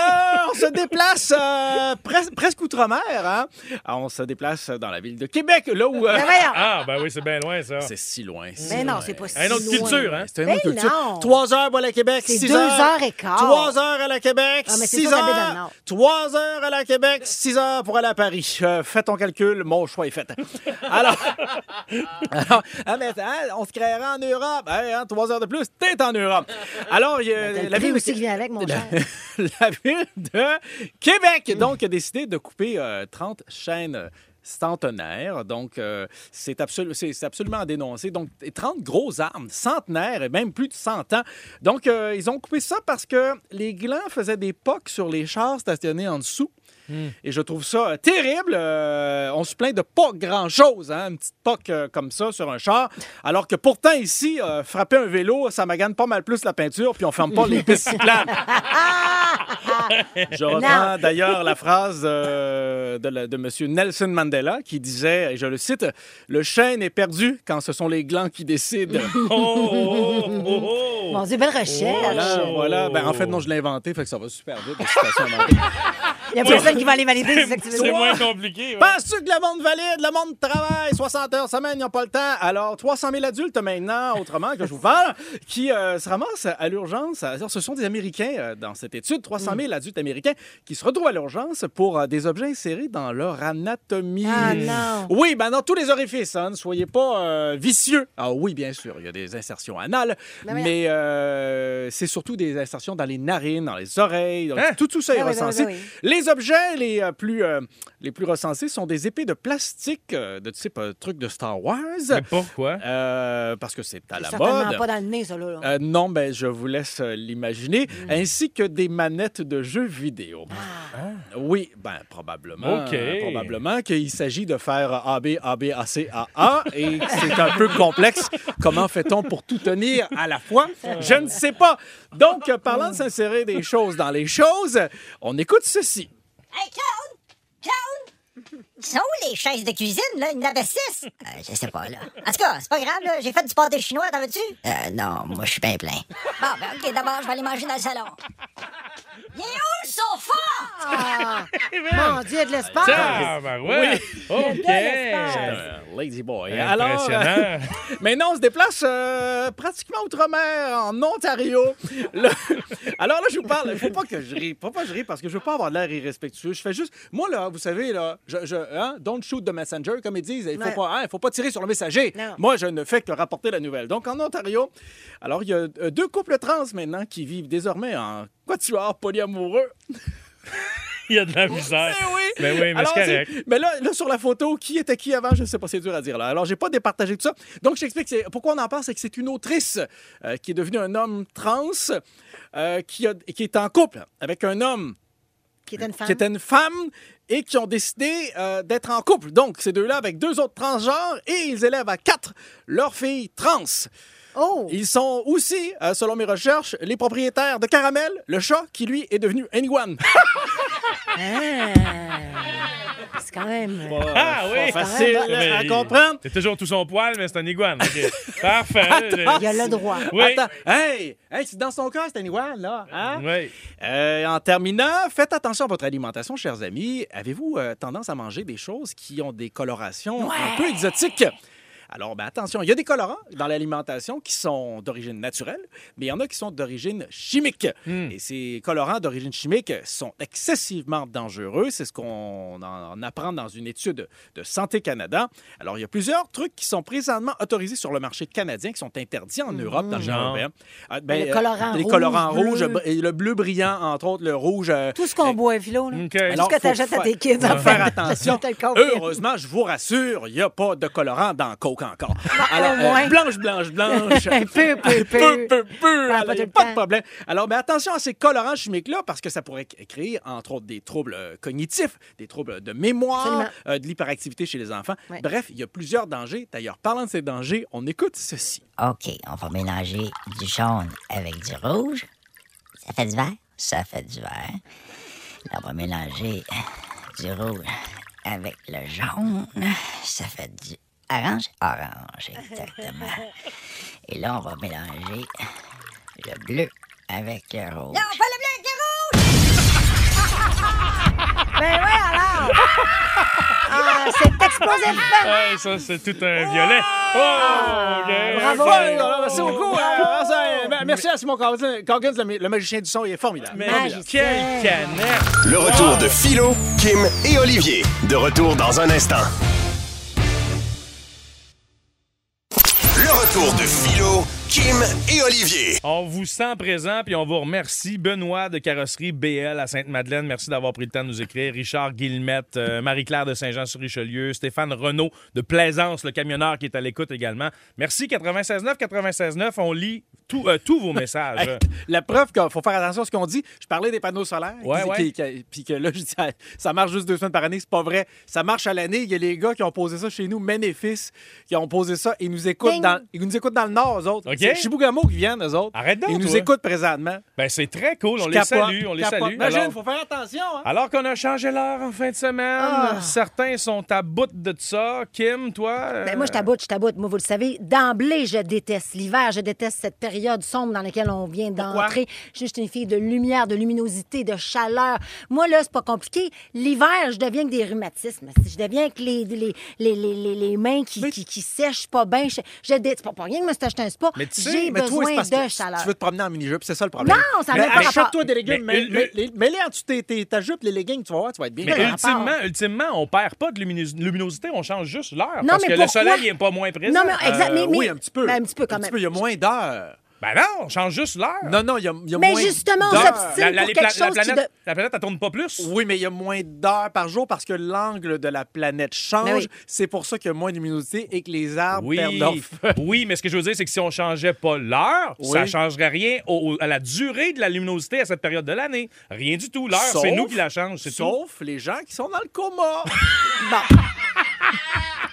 on se déplace euh, pres- presque outre-mer. hein. Ah, on se déplace dans la ville de Québec, là où... euh, Ben voyons. Ah, ben oui, c'est bien loin, ça. c'est si loin. si Mais non, loin. c'est pas si Une autre loin. culture, hein? C'est une Ben autre culture. non. Trois heures, voilà, Québec. C'est six deux heures et quart. Trois heures à la Québec. Ah, mais c'est six sûr que t'habites dans le heures. Nord. Trois heures à la Québec. Six heures pour aller à Paris. Euh, fais ton calcul. Mon choix est fait. Alors, [LAUGHS] alors, ah, mais, hein, on se créera en Europe. Hey, hein, trois heures de plus, t'es en Europe. Alors, il y a Ben, T'as le la prix ville de- aussi qui vient avec, mon cher. [LAUGHS] la ville de Québec, donc, a décidé de couper euh, 30 chaînes centenaires. Donc, euh, c'est absolu- c'est- c'est absolument à dénoncer. Donc, 30 grosses armes, centenaires et même plus de 100 ans. Donc, euh, ils ont coupé ça parce que les glands faisaient des pocs sur les chars stationnés en dessous. Et je trouve ça euh, terrible. Euh, on se plaint de pas grand-chose, hein, une petite poque euh, comme ça sur un char. Alors que pourtant, ici, euh, frapper un vélo, ça magane pas mal plus la peinture, puis on ferme pas les pistes cyclables. Je reprends d'ailleurs la phrase euh, de, la- de M. Nelson Mandela qui disait, et je le cite, Le chêne est perdu quand ce sont les glands qui décident. Oh, oh, oh, oh, oh. Mon Dieu, belle recherche. voilà, voilà. Ben, en fait, non, je l'ai inventé, fait que ça va super vite. la citation inventée. Il n'y a personne qui va aller valider, c'est ça que tu veux C'est dire. moins compliqué. ouais. Penses-tu que le monde valide, le monde travaille 60 heures semaine, ils n'ont pas le temps? Alors, 300 000 adultes maintenant, autrement, que je vous parle, qui euh, se ramassent à l'urgence. Alors, ce sont des Américains euh, dans cette étude, 300 000 adultes américains qui se retrouvent à l'urgence pour euh, des objets insérés dans leur anatomie. Ah non. Oui, ben dans tous les orifices, hein, ne soyez pas euh, vicieux. Ah oui, bien sûr, il y a des insertions anales, Ben mais, voyons. euh, c'est surtout des insertions dans les narines, dans les oreilles, dans- Hein? tout, tout ça est Ben oui, ben oui, recensé. ben oui. Les objets les euh, plus euh, les plus recensés sont des épées de plastique euh, de type euh, truc de Star Wars. Mais hein? pourquoi? Euh, parce que c'est à la Certainement mode. pas dans le nez, ça, là. là. Euh, non, ben je vous laisse euh, l'imaginer. Ainsi que des manettes de jeux vidéo. Oui, ben probablement. OK. euh, probablement qu'il s'agit de faire euh, AB, AB, AC, AA. Et que c'est un peu complexe. Comment fait-on pour tout tenir à la fois? Je ne sais pas. Donc, euh, parlant de s'insérer des choses dans les choses, on écoute ceci. Hey, Claude! Claude! Sont où les chaises de cuisine, là? Il y en avait [LAUGHS] six? Euh, je sais pas, là. En tout cas, c'est pas grave, là. J'ai fait du pâté chinois, t'en veux-tu? Euh, non, moi, je suis bien plein. Bon, ben, OK, d'abord, je vais aller manger dans le salon. Il est où, le [LAUGHS] sofa? Ah, mon Dieu, de l'espace. Ah, ben ouais. OK. l'espace. Euh, Lazy Boy. Alors, euh, Impressionnant. maintenant, on se déplace euh, pratiquement outre-mer, en Ontario. Le- [LAUGHS] Alors là, je vous parle. Faut pas que je rie. Faut pas que je rie parce que je veux pas avoir l'air irrespectueux. Je fais juste. Moi, là, vous savez, là, je, je- hein, don't shoot the messenger, comme ils disent. Il faut, Ouais. pas, hein, faut pas tirer sur le messager. Non. Moi, je ne fais que rapporter la nouvelle. Donc, en Ontario, alors, il y a euh, deux couples trans maintenant qui vivent désormais en quatuor polyamoureux. Il y a de la misère. Eh oui. Ben oui, mais Alors, c'est c'est- correct. Mais là, là, sur la photo, qui était qui avant, je ne sais pas, c'est dur à dire. Là. Alors, j'ai pas départagé tout ça. Donc, je t'explique c'est- pourquoi on en parle, c'est que c'est une autrice euh, qui est devenue un homme trans euh, qui, a- qui est en couple avec un homme Qui était une femme. qui était une femme et qui ont décidé euh, d'être en couple. Donc, ces deux-là avec deux autres transgenres et ils élèvent à quatre leur fille trans. Oh! Ils sont aussi, euh, selon mes recherches, les propriétaires de Caramel, le chat qui, lui, est devenu Anyone. Ah, hein. c'est quand même. Ah oui. Pas facile Mais à il- comprendre. C'est toujours tout son poil, mais c'est un iguane. OK. Parfait. Il a le droit. Oui. Attends, hey, hey, c'est dans son cœur, c'est Anyone, là. hein? Oui. Euh, en terminant, faites attention à votre alimentation, chers amis. Avez-vous euh, tendance à manger des choses qui ont des colorations un peu exotiques? Alors, ben, attention, il y a des colorants dans l'alimentation qui sont d'origine naturelle, mais il y en a qui sont d'origine chimique. Hmm. Et ces colorants d'origine chimique sont excessivement dangereux. C'est ce qu'on en en apprend dans une étude de Santé Canada. Alors, il y a plusieurs trucs qui sont présentement autorisés sur le marché canadien, qui sont interdits en Europe, dans le Genre? européen. Ah, ben, Hmm. Le colorant les rouge, colorants bleu. rouges, ben, et le bleu brillant, entre autres, le rouge. euh, Tout ce qu'on boit, Philo, là. OK. Tout ce que faut t'achètes à fa- tes kids, faut en fait. faire attention. [LAUGHS] Je te le confirme. Heureusement, je vous rassure, il n'y a pas de colorant dans Coke encore. Alors, Ah, euh, au moins. blanche, blanche, [LAUGHS] blanche. Peu, peu, peu. Peu, peu, peu. Ça a Alors, pas tout y a le pas de temps. problème. Alors, mais attention à ces colorants chimiques-là parce que ça pourrait créer, entre autres, des troubles euh, cognitifs, des troubles de mémoire, Absolument. euh, de l'hyperactivité chez les enfants. Ouais. Bref, il y a plusieurs dangers. D'ailleurs, parlant de ces dangers, on écoute ceci. OK, on va mélanger du jaune avec du rouge. Ça fait du vert? Ça fait du vert. Là, on va mélanger du rouge avec le jaune. Ça fait du orange? Orange, exactement. Et là, on va mélanger le bleu avec le rouge. Non, pas le bleu avec le rouge! Ben oui, alors! Ah, c'est explosif! Ah, ça, c'est tout un violet. Oh, OK. bravo. Fun! Alors, Merci beaucoup. Euh, merci, euh, Merci à Simon Coggins, Coggins, le, le magicien du son, il est formidable. Mais Magicien. quelle canette. Le retour de Philo, Kim et Olivier. De retour dans un instant. Le retour de Philo, Kim et Olivier. On vous sent présent, puis on vous remercie. Benoît de Carrosserie BL à Sainte-Madeleine, merci d'avoir pris le temps de nous écrire. Richard Guillemette, euh, Marie-Claire de Saint-Jean-sur-Richelieu, Stéphane Renault de Plaisance, le camionneur qui est à l'écoute également. Merci, 96.9, 96.9. On lit tout, euh, tous vos messages. Hey, la preuve qu'il faut faire attention à ce qu'on dit, je parlais des panneaux solaires. Ouais, qui- ouais. qui- qui- puis que là, je dis, ah, ça marche juste deux semaines par année. C'est pas vrai. Ça marche à l'année. Il y a les gars qui ont posé ça chez nous, Ménéfice, qui ont posé ça. Ils nous écoutent, Ding. dans, ils nous écoutent dans le Nord, eux autres. OK. C'est Chibougamau qui viennent, eux autres. Arrête donc, Ils nous toi. écoutent présentement. Ben, c'est très cool. On Je les capote, salue. On les capote. salue. Imagine, Alors- faut faire attention. hein. Alors qu'on a changé l'heure en fin de semaine, Ah. certains sont à bout de ça. Kim, toi? euh, Ben, moi, je taboute, je taboute. Moi, vous le savez, d'emblée, je déteste l'hiver, je déteste cette période sombre dans laquelle on vient d'entrer. Je suis juste une fille de lumière, de luminosité, de chaleur. Moi, là, c'est pas compliqué. L'hiver, je deviens que des rhumatismes. Je deviens que les, les, les, les, les- les mains qui, qui, qui sèchent pas bien. Je, je dé- c'est pas pour rien que je me suis acheté un spa. Mais tu sais, J'ai mais toi, c'est besoin parce de que chaleur. tu veux te promener en mini-jupe, c'est ça le problème. Non, ça n'a Mais même pas rapport. achète-toi des leggings, Mais mais, une- mais, mais- mets-les en dessous de tes- tes- ta jupe, les leggings, tu vas voir, tu vas être bien. Mais Quel ultimement, rapport? ultimement, on perd pas de lumini- luminosité, on change juste l'heure. Non, Parce mais que le pourquoi? soleil n'est pas moins présent. Non, Euh, mais exact. mais, mais- Euh, oui, un petit peu. mais un petit peu quand même. il y a moins d'heures. Ben non, on change juste l'heure. Non, non, il y a, il y a Mais moins justement, on d'heures. s'obstine. La, la- pour les quelque pla- la chose qui planète, de- la planète, elle tourne pas plus. Oui, mais il y a moins d'heures par jour parce que l'angle de la planète change. Mais Ben oui. C'est pour ça qu'il y a moins de luminosité et que les arbres Oui, perdent leur [LAUGHS] feu. oui, mais ce que je veux dire, c'est que si on changeait pas l'heure, Oui. ça changerait rien au- au- à la durée de la luminosité à cette période de l'année. Rien du tout. L'heure, c'est Sauf- nous qui la change, c'est tout. Sauf les gens qui sont dans le coma.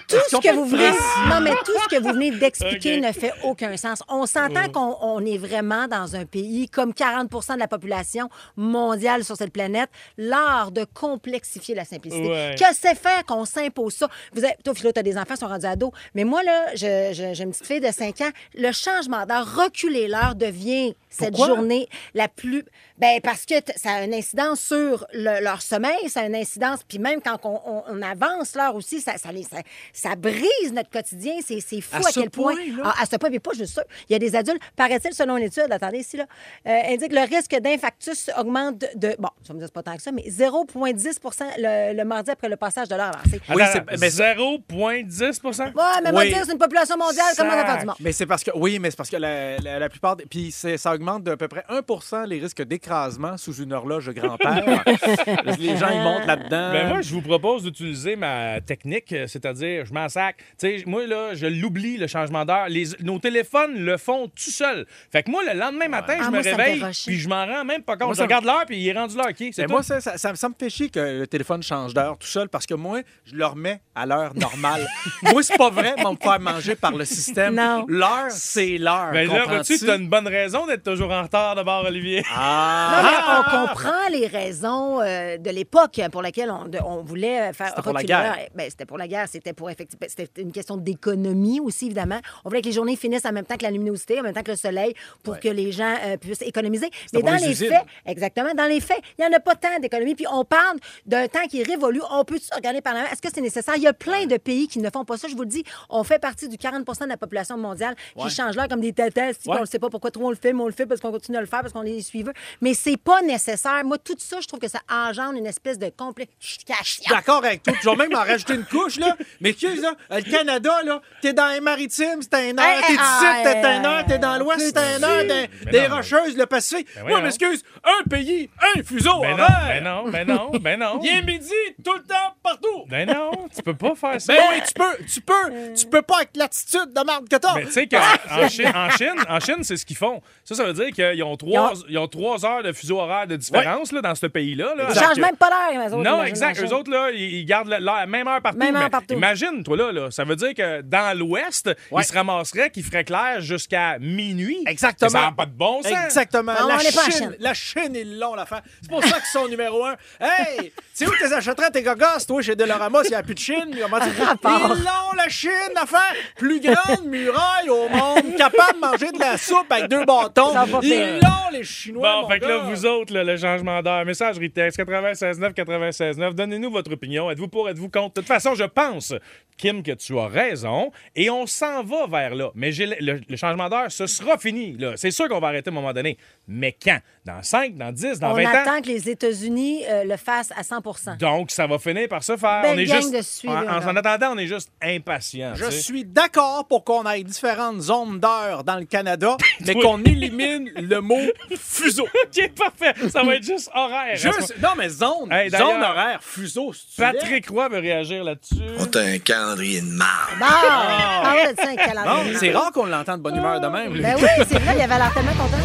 tout ce que vous venez, précis. non, mais tout ce que vous venez d'expliquer Ok. Oh. ne fait aucun sens. On s'entend qu'on on est vraiment dans un pays comme 40 de la population mondiale sur cette planète, l'art de complexifier la simplicité. Ouais. Que c'est faire qu'on s'impose ça? Vous avez, toi, Philo, t'as des enfants, ils sont rendus ados. Mais moi, là, je- je- j'ai une petite fille de 5 ans. Le changement d'heure, reculer l'heure devient cette journée la plus... Ben parce que t- ça a une incidence sur le- leur sommeil, ça a une incidence, puis même quand on, on- on avance l'heure aussi, ça, ça, les- ça, ça brise notre quotidien. C'est c'est fou À à, ce quel point... point-là? Ah, à ce point, mais pas juste ça. Il y a des adultes, paraît-il, selon une étude, attendez ici, là, euh, indique le risque d'infarctus augmente de... Bon, ça me dit c'est pas tant que ça, mais 0,10 le, le mardi après le passage de l'heure avancée. Oui, Attends, c'est- mais- 0,10 Ouais, mais moi Oui. dire, c'est une population mondiale, comment ça faire du monde? Mais c'est parce que, oui, mais c'est parce que la, la- la plupart. des- Puis c'est- ça augmente d'à peu près 1 les risques d'écrasement sous une horloge de grand-père. Parce que les gens, ils montent là-dedans. Ben moi, je vous propose d'utiliser ma technique, euh, c'est-à-dire, je m'en sac. Tu sais, moi, là, je l'oublie, le changement d'heure. Les- Nos téléphones le font tout seul. Fait que moi, le lendemain matin, je Ah, me moi, ça me fait réveille, rusher. puis je m'en rends même pas compte. Moi, je ça me- regarde l'heure, puis il est rendu là, OK, c'est Mais tout. moi, ça, ça, ça- ça me fait chier que le téléphone change d'heure tout seul parce que moi, je le remets à l'heure normale. moi, c'est pas vrai, mais on me faire manger par le système. Non. L'heure, c'est l'heure. Ben là, comprends-tu? vois-tu, t'as une bonne raison d'être toujours en retard d'abord, Olivier. [LAUGHS] Ah! Non, mais on comprend les raisons euh, de l'époque pour laquelle on, de- on voulait euh, faire C'était pour la reculer guerre. l'heure. Ben, c'était pour la guerre, c'était pour effectivement, c'était une question d'économie aussi évidemment. On voulait que les journées finissent en même temps que la luminosité, en même temps que le soleil, pour que les gens euh, puissent économiser. Mais pour dans les les usines. faits, exactement, dans les faits, il y en a pas tant d'économie. Puis on parle d'un temps qui révolue. On peut se regarder par là. Est-ce que c'est nécessaire Il y a plein de pays qui ne font pas ça. Je vous le dis, on fait partie du 40 de la population mondiale qui change l'heure comme des tatas. si On ne sait pas pourquoi trop on le fait, mais on le fait parce qu'on continue à le faire parce qu'on est les suiveurs. Mais c'est pas nécessaire. Moi, tout ça, je trouve que ça engendre une espèce de Je suis complexification. d'accord avec toi. puis Je vais même en rajouter une couche, là. Mais qu'est-ce là? Euh, Le Canada, là, t'es dans les maritimes, c'est un Hey, heure. Eh, T'es hey, ici, hey, t'es un hey, heure. T'es dans l'ouest, c'est un heure. Des, Mais des non, Rocheuses, le Pacifique. Moi, voyons. m'excuse, un pays, un fuseau Ben non, horaire. ben non, ben non, ben non. Il est midi, tout le temps, partout. Ben non, tu peux pas faire ça. Ben oui, tu peux, tu peux, tu peux pas avec l'attitude de merde que t'as. Mais tu sais qu'en Chine, en Chine, en Chine, c'est ce qu'ils font. Ça, ça veut dire qu'ils ont trois, ils ont trois heures de fuseau horaire de différence là, dans ce pays-là. là. Ils changent même pas l'heure. eux autres, Non, j'imagine, exact. en Eux Chine. autres, là, ils ils gardent la- la même heure partout. Même heure Mais partout. Imagine, toi, là, là, ça veut dire que dans l'Ouest, ils se ramasseraient qu'il ferait clair jusqu'à minuit. Exactement. Ça n'a pas de bon sens. Exactement. Non, la, on est Chine, pas en Chine. la Chine est long, l'affaire. C'est pour ça qu'ils sont numéro un. Hey, c'est où que t'es achèteras tes gogosses, toi, chez Delorama, s'il n'y a plus de Chine? Comment [LAUGHS] tu Rapport. Ils l'ont, la Chine, l'affaire. Plus grande muraille au monde, capable de manger de la soupe avec deux bâtons. Ça va faire. Ils l'ont, les Chinois. Bon, mon fait que là, gars. vous autres, là, le changement d'heure, messagerie texte 969 969, donnez-nous votre opinion. Êtes-vous pour, êtes-vous contre? De toute façon, je pense, Kim, que tu as raison et on s'en va vers là. Mais j'ai le, le- le changement d'heure, ce sera fini. là. C'est sûr qu'on va arrêter à un moment donné. Mais quand? Dans 5, dans 10, dans On 20 ans? attend que les États-Unis euh, le fassent à 100 Donc, ça va finir par se faire. Belle on est Ben, gang juste, de suivis, en, en- en alors. attendant, on est juste impatients. Je tu sais. suis d'accord pour qu'on ait différentes zones d'heure dans [LAUGHS] le Canada, mais Oui. qu'on élimine [LAUGHS] le mot fuseau. OK, parfait. Ça va être juste horaire. Juste, non, mais zone, Hey, d'ailleurs- zone horaire, fuseau, si tu veux. Patrick Roy veut réagir là-dessus. T'as un calendrier de marde. Ah! Parle de ça, un calendrier. Non, c'est rare qu'on l'entende de bonne humeur de même. lui. Ben oui, c'est vrai, il avait l'air tellement content.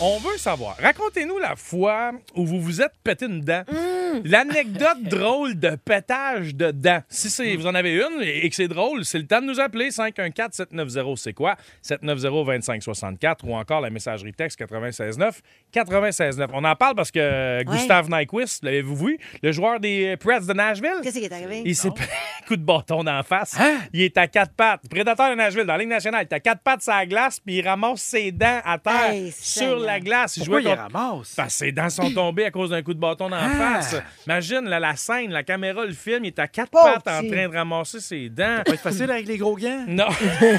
On veut savoir. Racontez-nous la fois où vous vous êtes pété une dent. L'anecdote [LAUGHS] drôle de pétage de dents. Si c'est- vous en avez une et que c'est drôle, c'est le temps de nous appeler. 514-790, c'est quoi? 790-2564 ou encore la messagerie texte 96.9. 96.9. On en parle parce que Gustave Nyquist, l'avez-vous vu? Le joueur des Preds de Nashville? Qu'est-ce qui est arrivé? Il s'est pris [LAUGHS] un coup de bâton d'en face. Hein? Il est à quatre pattes. Prédateur de Nashville, dans la Ligue nationale, il est à quatre pattes sur la glace, puis il ramasse ses dents à terre Hey, sur Seigneur. la glace. Il Pourquoi il jouait les contre- ramasse? Parce que ses dents sont tombées à cause d'un coup de bâton d'en Ah! face. Imagine là, la scène, la caméra, le film, il est à quatre Pauvre pattes en petit. train de ramasser ses dents. Ça va être facile avec les gros gants. [LAUGHS] Non.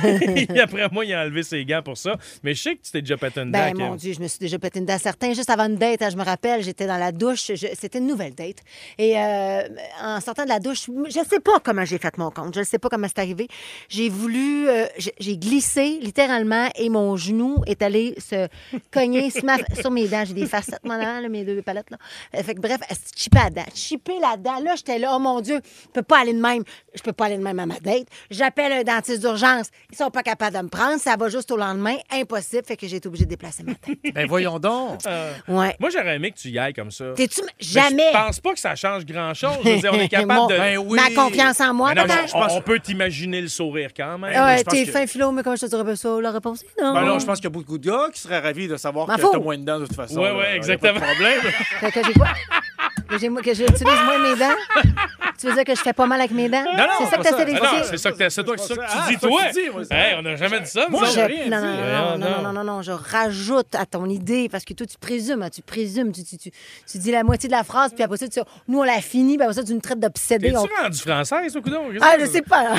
[LAUGHS] Après moi, il a enlevé ses gants pour ça. Mais je sais que tu t'es déjà pété une dent, Ben, Kim. mon Dieu, je me suis déjà pété une dent certain. Juste avant une date, hein, je me rappelle, j'étais dans la douche. je- C'était une nouvelle date. Et euh, en sortant de la douche, je ne sais pas comment j'ai fait mon compte. Je ne sais pas comment c'est arrivé. J'ai voulu. euh, j'ai- j'ai glissé, littéralement, et mon genou est allé se cogner sur, ma- sur mes dents. J'ai des facettes, mon avant, là, mes deux palettes. Là. Euh, Fait que bref, chipper la dent. Chipper la dent. Là, j'étais là, oh mon Dieu, je peux pas aller de même. Je peux pas aller de même à ma date. J'appelle un dentiste d'urgence. Ils sont pas capables de me prendre. Ça va juste au lendemain. Impossible. Fait que j'ai été obligée de déplacer ma [LAUGHS] tête. [LAUGHS] [LAUGHS] Ben voyons donc. Ouais. Moi, j'aurais aimé que tu y ailles comme ça. T'es-tu. Mais Jamais. Je pense pas que ça change grand-chose. Je veux dire, on [LAUGHS] est Mon- capable de. Ben oui. Ma confiance en moi, Mais non, peut-être. Ah on, on peut t'imaginer le sourire quand même. Ouais, je pense t'es que- fin philo, mais comment je te dirais pas ça? La réponse est non. Ben non, je pense qu'il y a beaucoup de gars qui seraient ravis de savoir M'en que fous. t'as moins de dents de toute façon. Ouais, là. Y a ouais, pas de exactement. problème. Fait que j'ai quoi? Que j'ai- que j'utilise moins mes dents? Tu veux dire que je fais pas mal avec mes dents? [LAUGHS] Non, non, c'est ça que t'as Ah Non, sélectionné? c'est ça que, t'as- c'est toi, c'est ça que tu Ah, dis, c'est ça que toi. tu dis, moi, c'est Hey, on n'a jamais dit ça, nous Moi, autres. Je- j'ai rien non, non, dit. non, non, non, Voyons non, non, non, je rajoute à ton idée parce que toi, tu présumes, hein, tu présumes, tu, tu, tu, tu dis la moitié de la phrase, puis après ça, tu, oh, nous, on l'a fini, puis après ça, tu nous traites d'obsédés. Es-tu on- rendu française, au coudon? Qu'est-ce Ah, que je c'est? sais pas. [LAUGHS] là.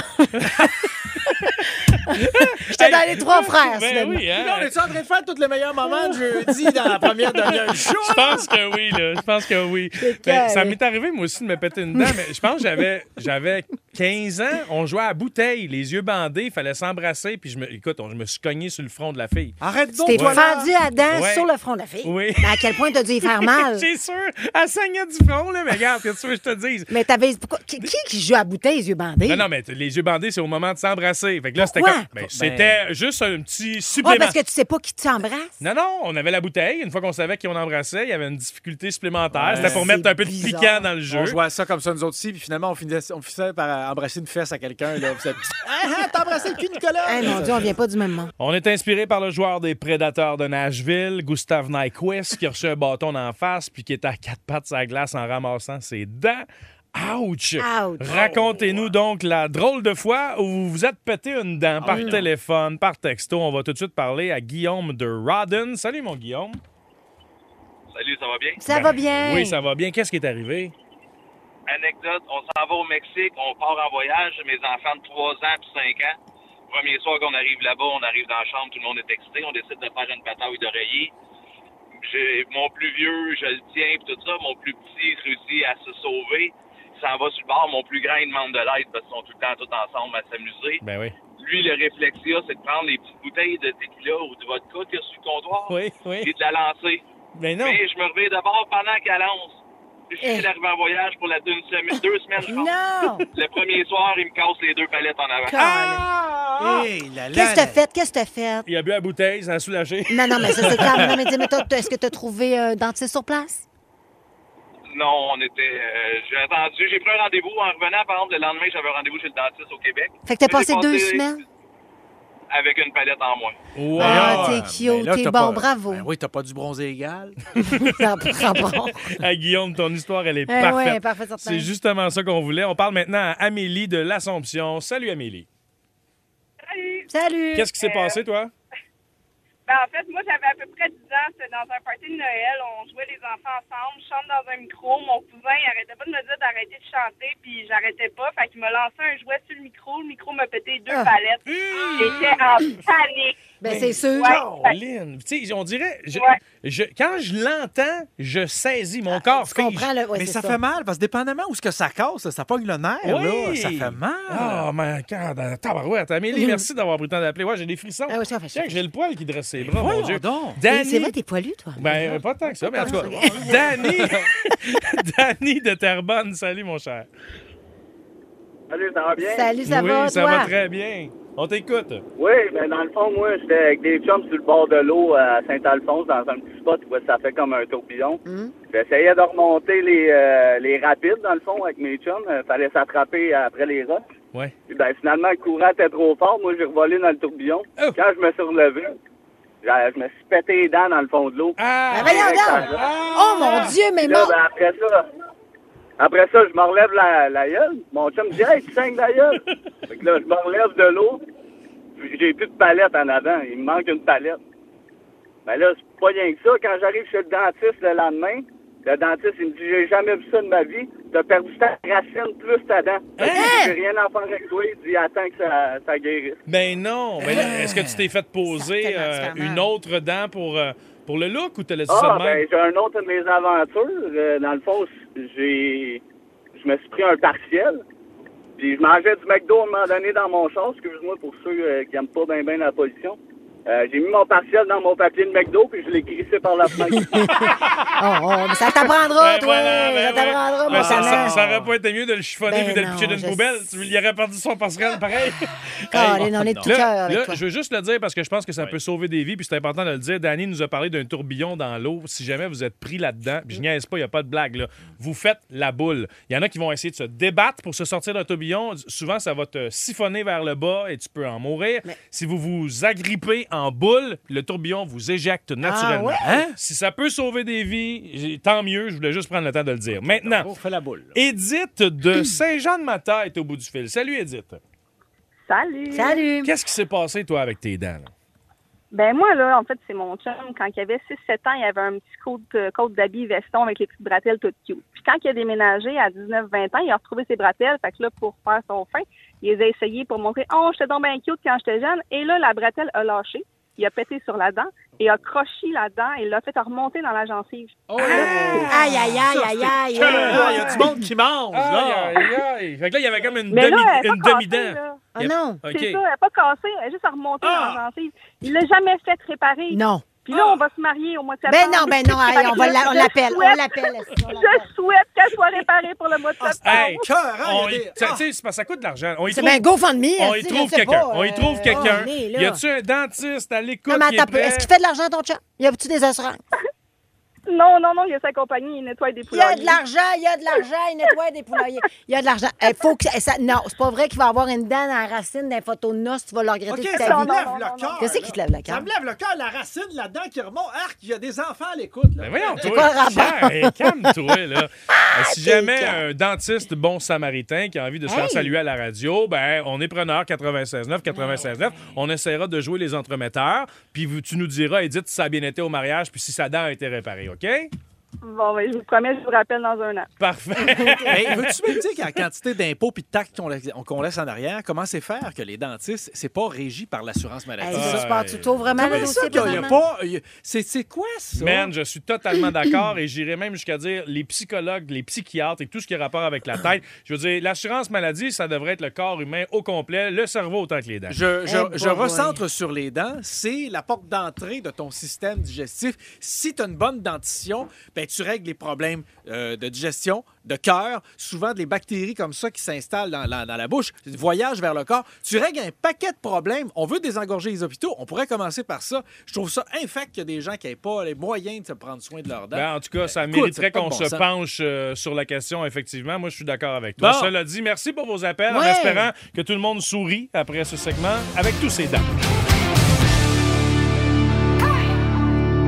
J'étais dans les trois frères, Ben finalement. oui, hein? Là, on est en train de faire tous les meilleurs moments de jeudi dans la première demi-heure du show? Je pense que oui, là. Je pense que oui. carré. Mais ça m'est arrivé, moi aussi, de me péter une dent, mais je pense que j'avais, j'avais 15 ans. On jouait à bouteille, les yeux bandés, il fallait s'embrasser. Puis, je me, écoute, on- je me suis cogné sur le front de la fille. Arrête donc, T'es toi, là. fendu à dents Ouais. sur le front de la fille. Oui. Mais à quel point t'as dû y faire [LAUGHS] mal? C'est sûr, elle saignait du front, là. Mais regarde, qu'est-ce que tu veux que je te dise? Mais t'avais. pourquoi- Qui, qui qui joue à bouteille, les yeux bandés? Ben Ah, Non, non, mais t- les yeux bandés, c'est au moment de s'embrasser. Fait que là, c'était Pourquoi? comme. Ben, c'était juste un petit Oh, supplément. parce que tu sais pas qui t'embrasse? Non, non, on avait la bouteille. Une fois qu'on savait qui on embrassait, il y avait une difficulté supplémentaire. C'était pour C'est mettre un peu de bizarre. piquant dans le jeu. On jouait à ça comme ça, nous autres aussi, puis finalement, on finissait, on finissait par embrasser une fesse à quelqu'un. là. [LAUGHS] Vous êtes- Ah, ah, t'as embrassé le cul, Nicolas! Eh mon Dieu, on vient pas du même monde. On est inspiré par le joueur des Prédateurs de Nashville, Gustav Nyquist, qui a reçu un bâton d'en face puis qui était à quatre pattes sa glace en ramassant ses dents. Ouch! Oh. Ouch. Racontez-nous donc la drôle de fois où vous vous êtes pété une dent Ah par téléphone, par texto. On va tout de suite parler à Guillaume de Rodden. Salut mon Guillaume. Salut, ça va bien? Ça va bien? Ben Oui, ça va bien. Qu'est-ce qui est arrivé? Anecdote, on s'en va au Mexique, on part en voyage, mes enfants de 3 ans puis 5 ans. Premier soir qu'on arrive là-bas, on arrive dans la chambre, tout le monde est excité, on décide de faire une bataille d'oreiller. J'ai- Mon plus vieux, je le tiens, puis tout ça. Mon plus petit réussit à se sauver. Il s'en va sur le bord. Mon plus grand, il demande de l'aide parce qu'ils sont tout le temps tous ensemble à s'amuser. Ben oui. Lui, le réflexe qu'il a, c'est de prendre les petites bouteilles de tequila ou de vodka qu'il y a sur le comptoir Oui, oui. et de la lancer. Ben non. Mais je me reviens d'abord pendant qu'elle lance. Je suis Eh. arrivé en voyage pour la une [LAUGHS] semaine, deux semaines, je pense. Non! Le premier soir, il me casse les deux palettes en avant. Ah! Hey, là, là, Qu'est-ce que t'as là. fait? Qu'est-ce que t'as fait? Il a bu la bouteille, ça a soulagé. Non, non, mais ça, c'est clair. Non, mais dis, mais toi, t'as- est-ce que t'as trouvé un dentiste sur place? Non, on était. euh, j'ai attendu. J'ai pris un rendez-vous en revenant, par exemple, le lendemain, j'avais un rendez-vous chez le dentiste au Québec. Fait que t'as Là, passé j'ai deux semaines? Avec une palette en moins. Wow. Ah, Ouais, t'es cute, ben là, t'es t'as bon, pas- bravo. Ben oui, t'as pas du bronzé égal. Ça prend [LAUGHS] bon. Ah, Guillaume, ton histoire, elle est Eh parfaite. ouais, parfait, certain. C'est justement ça qu'on voulait. On parle maintenant à Amélie de l'Assomption. Salut Amélie. Salut! Qu'est-ce qui s'est Euh, passé, toi? Ben, en fait, moi, j'avais à peu près 10 ans. C'était dans un party de Noël. On jouait les enfants ensemble. Je chante dans un micro. Mon cousin, il arrêtait pas de me dire d'arrêter de chanter, puis j'arrêtais pas. Fait qu'il m'a lancé un jouet sur le micro. Le micro m'a pété deux Ah. palettes. J'étais en panique. Ben, c'est sûr. Ouais. Caroline. Tu sais, on dirait. je- Ouais. je- quand je l'entends, je saisis. Mon corps Je fige. comprends le. ouais, Mais c'est ça, fait mal, parce que dépendamment où ce que ça casse, ça pogne le nerf, là, Oui. ça fait mal. Oh, my God. Tabarouette. Amélie, merci d'avoir pris le temps d'appeler. Ouais, j'ai des frissons. Mm. Ah oui, ça fait Tiens, chaud. j'ai le poil qui dresse ses bras, mon voyons Dieu. donc. Et Danny. C'est vrai, t'es poilu, toi. Ben, euh, pas tant que ça, mais en tout cas. Danny. [LAUGHS] Danny de Terrebonne. Salut, mon cher. Salut, ça va bien? Salut, ça oui, va, ça toi? va très bien. On t'écoute. Oui, ben dans le fond, moi, j'étais avec des chums sur le bord de l'eau à Saint-Alphonse, dans un petit spot où ça fait comme un tourbillon. J'essayais de remonter les, euh, les rapides, dans le fond, avec mes chums. Euh, fallait s'attraper après les roches. Ouais. Puis, ben, finalement, le courant était trop fort. Moi, j'ai revolé dans le tourbillon. Quand je me suis relevé, j'a- je me suis pété les dents dans le fond de l'eau. Ah! Ben, voyons donc! Oh mon Dieu, mais Puis là, mon- ben, après ça, après ça, je me relève la, la gueule. Mon chum me dit Hey, tu saignes la gueule. fait que là, je me relève de l'eau. Puis J'ai plus de palette en avant. Il me manque une palette. Mais là, c'est pas rien que ça. Quand j'arrive chez le dentiste le lendemain, le dentiste, il me dit J'ai jamais vu ça de ma vie. T'as perdu ta racine plus ta dent. Hein? Fait que J'ai rien à faire avec toi. Il dit Attends que ça, ça guérisse. Ben non. Mais est-ce que tu t'es fait poser euh, une autre dent pour, euh, pour le look ou t'as laissé ça Ah, de même? ben, j'ai un autre de mes aventures. Euh, dans le fond, j'ai. Je me suis pris un partiel. Puis je mangeais du McDo à un moment donné dans mon char. Excuse-moi pour ceux euh, qui n'aiment pas bien ben la pollution. Euh, j'ai mis mon partiel dans mon papier de McDo, puis je l'ai crissé par la fenêtre. Oh, oh, mais ça t'apprendra, Ben toi! voilà, ben ça ouais. t'apprendra, Ben mon ça, ça, talent. ça aurait pas été mieux de le chiffonner Ah, Ben puis de le non, pitcher d'une je poubelle. Tu- Il aurait perdu son passerelle pareil. Colin, on est de tout Là, cœur avec là, toi. je veux juste le dire parce que je pense que ça peut sauver des vies puis c'est important de le dire. Danny nous a parlé d'un tourbillon dans l'eau. Si jamais vous êtes pris là-dedans, puis je niaise pas, il n'y a pas de blague. Là. Vous faites la boule. Il y en a qui vont essayer de se débattre pour se sortir d'un tourbillon. Souvent, ça va te siphonner vers le bas et tu peux en mourir. Si vous vous agrippez en boule, le tourbillon vous éjecte naturellement. Ah ouais? Hein? Si ça peut sauver des vies, j'ai- tant mieux. Je voulais juste prendre le temps de le dire. Maintenant, On fait la boule. Edith de Saint-Jean-de-Mata est au bout du fil. Salut, Edith. Salut! Salut! Qu'est-ce qui s'est passé, toi, avec tes dents? là? Ben moi, là, en fait, c'est mon chum. Quand il avait 6-7 ans, il avait un petit coat, euh, coat d'habit veston avec les petites bretelles toutes cute. Puis quand il a déménagé à 19-20 ans, il a retrouvé ses bretelles. Fait que là, pour faire son fin, il les a essayées pour montrer « Oh, j'étais donc bien cute quand j'étais jeune. » Et là, la bretelle a lâché. Il a pété sur la dent et a croché la dent et l'a fait remonter dans la gencive. Oh, Aïe, aïe, aïe, aïe, aïe, Ah, Il y aïe. a du monde qui mange, là. Aïe, aïe, aïe. Fait que là, il y avait comme une Mais là, demi- elle est une pas demi-dent. cassée, là. Oh non! OK. C'est ça, elle n'est pas cassée, elle est juste remontée Ah! dans la gencive. Il l'a jamais fait réparer. Non! Puis là, on va se marier au mois de Ben septembre. non, ben [LAUGHS] non, aïe, on va la- on Je l'appelle, on souhaite- l'appelle. est-ce qu'on l'appelle? Je souhaite qu'elle soit réparée pour le mois Ah, de septembre. Ah, Hey, Cœur, hein, on il y y- a des- ça- tu sais, c'est parce que ça coûte de l'argent. On y C'est trouve, bien GoFundMe. on y est-ce, hein, je trouve sais quelqu'un. pas, On y euh, trouve quelqu'un. on est là. Y a-tu un dentiste à l'écoute? Non, mais qui est attends, prêt? est-ce qu'il fait de l'argent, ton chat? Y a-tu des [LAUGHS] assurances? Non, non, non, il y a sa compagnie, il nettoie des Il y a poulailles. de l'argent, il y a de l'argent, il nettoie des poulaillers. Il y a de l'argent. Il faut que ça- Non, c'est pas vrai qu'il va avoir une dent dans la racine d'un photo de noces, tu vas le OK, regretter toute ça ta non, me vie. non, lève non, non, le cœur. Qu'est-ce qui te lève le Ça cœur? Eh, me lève le cœur, la racine là-dedans qui remonte. Arc, il y a des enfants à l'écoute. là. Ben voyons, toi, quoi le Pierre, hey, calme-toi, [LAUGHS] là. Euh, si t'es jamais calme. un dentiste bon samaritain qui a envie de se faire Hey. saluer à la radio, ben, on est preneur 96.9, 96.9. On essaiera de jouer les entremetteurs. Puis vous- tu nous diras, Edith, si ça a bien été au mariage, puis si sa dent a été réparée, OK? Bon, ben, je vous promets, je vous rappelle dans un an. Parfait. Mais [LAUGHS] veux-tu me dire qu'à la quantité d'impôts puis de taxes qu'on laisse, qu'on laisse en arrière, comment c'est faire que les dentistes, c'est pas régi par l'assurance Hey, maladie? C'est je Ah, je pars tout au vraiment là C'est ça aussi, qu'il y a présentement. pas. il y a- C'est c'est quoi ça? Man, je suis totalement d'accord et j'irais même jusqu'à dire les psychologues, les psychiatres et tout ce qui a rapport avec la tête. Je veux dire, l'assurance maladie, ça devrait être le corps humain au complet, le cerveau autant que les dents. Je, je- Eh, je boy, boy. recentre sur les dents. C'est la porte d'entrée de ton système digestif. Si tu as une bonne dentition, ben, tu règles les problèmes euh, de digestion, de cœur, souvent des bactéries comme ça qui s'installent dans, la- dans la bouche, voyage vers le corps. Tu règles un paquet de problèmes. On veut désengorger les hôpitaux. On pourrait commencer par ça. Je trouve ça infect qu'il y a des gens qui n'aient pas les moyens de se prendre soin de leurs dents. Ben, en tout cas, ça Écoute, mériterait c'est pas qu'on de bon se sens. penche euh, sur la question, effectivement. Moi, je suis d'accord avec toi. Bon. Cela dit, merci pour vos appels en Ouais. espérant que tout le monde sourit après ce segment avec tous ses dents.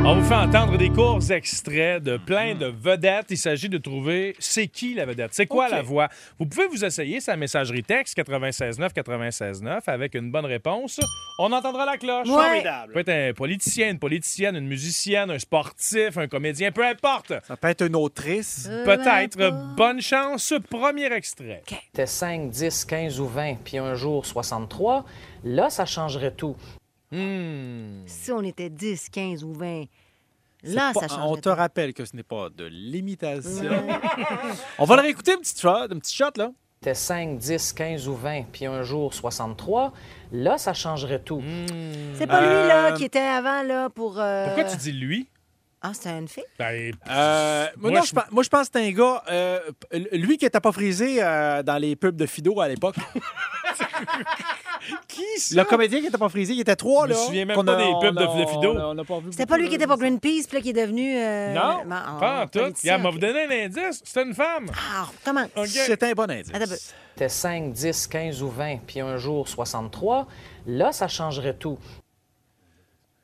On vous fait entendre des courts extraits de plein de vedettes. Il s'agit de trouver c'est qui la vedette, c'est quoi OK. la voix. Vous pouvez vous essayer sa messagerie texte 969 969 avec une bonne réponse. On entendra la cloche. Ouais. Ça peut être un politicien, une politicienne, une musicienne, un sportif, un comédien, peu importe. Ça peut être une autrice. Euh, Peut-être. Bonne chance. Premier extrait. C'était 5, 10, 15 ou 20, puis un jour 63. Là, ça changerait tout. Hmm. Si on était 10, 15 ou 20, là, C'est ça pas- On change. te rappelle que ce n'est pas de l'imitation. on va le réécouter, une petite shot, une petite shot là. C'était 5, 10, 15 ou 20, puis un jour 63. Là, ça changerait tout. C'est pas lui, là, Euh, qui était avant, là, pour... euh, Pourquoi tu dis lui? Ah, c'est une fille? Ben, Euh, moi, Moi, non, je- je... pense- moi, je pense que c'est un gars, euh, [LAUGHS] p- lui qui n'était pas frisé euh, dans les pubs de Fido à l'époque. Qui ça? Le comédien qui était pas frisé, il était trois, Je me là. souviens même qu'on pas a- des on pubs de- a- de Fido. on a- on a pas vu C'était pas lui beaucoup. qui était pour Greenpeace, puis là, qui est devenu. euh, Euh, Non, ma- en- pas en tout. politicien. Regarde, m'a vous donner un indice. C'était une femme. Ah, comment? C'était un bon indice. C'était 5, 10, 15 ou 20, puis un jour 63. Là, ça changerait tout.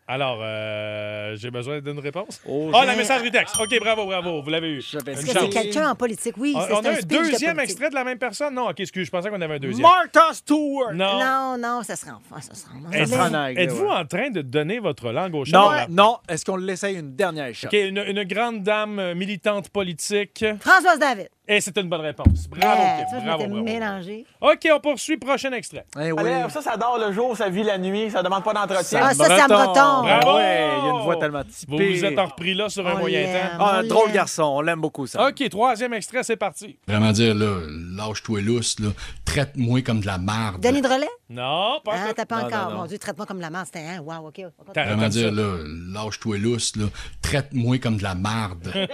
Alors, euh, j'ai besoin d'une réponse. Oh, Ah, j'ai- la messagerie texte. OK, bravo, bravo. Vous l'avez eu. Est-ce Une que chance. c'est quelqu'un en politique? Oui, On c'est on un a un speech de deuxième politique. extrait de la même personne? Non, OK, excuse, je pensais qu'on avait un deuxième. Martha Stewart! Non. Non, non, ça sera en France, ça sera en anglais. Êtes- sera en anglais, Êtes-vous ouais. en train de donner votre langue au chat? Non, non. Est-ce qu'on l'essaye une dernière shot? OK, une, une grande dame euh, militante politique. Françoise David. Et c'est une bonne réponse. Bravo, Ah, Kim. tu vois, je Bravo, m'étais bravo. mélangée. OK, on poursuit. Prochain extrait. Eh oui. ça, ça dort le jour, ça vit la nuit, ça demande pas d'entretien. Ah, ça, ça me retombe. Ah Bravo! ouais, il y a une voix tellement Vous typée. vous êtes en repris là sur un On moyen l'aime. temps. Ah, On drôle l'aime. garçon, on l'aime beaucoup, ça. Ah, OK, troisième extrait, c'est parti. Vraiment dire, là, lâche-toi lousse, là, traite-moi comme de la marde. Denis Drolet? Non, pas Ah, encore. t'as pas Non, encore. non, non. Mon Dieu, traite-moi comme la merde. C'était un. Wow, OK. on continue. T'as- Vraiment t'as- dire, là, lâche-toi lousse, là, traite-moi comme de la marde. Euh,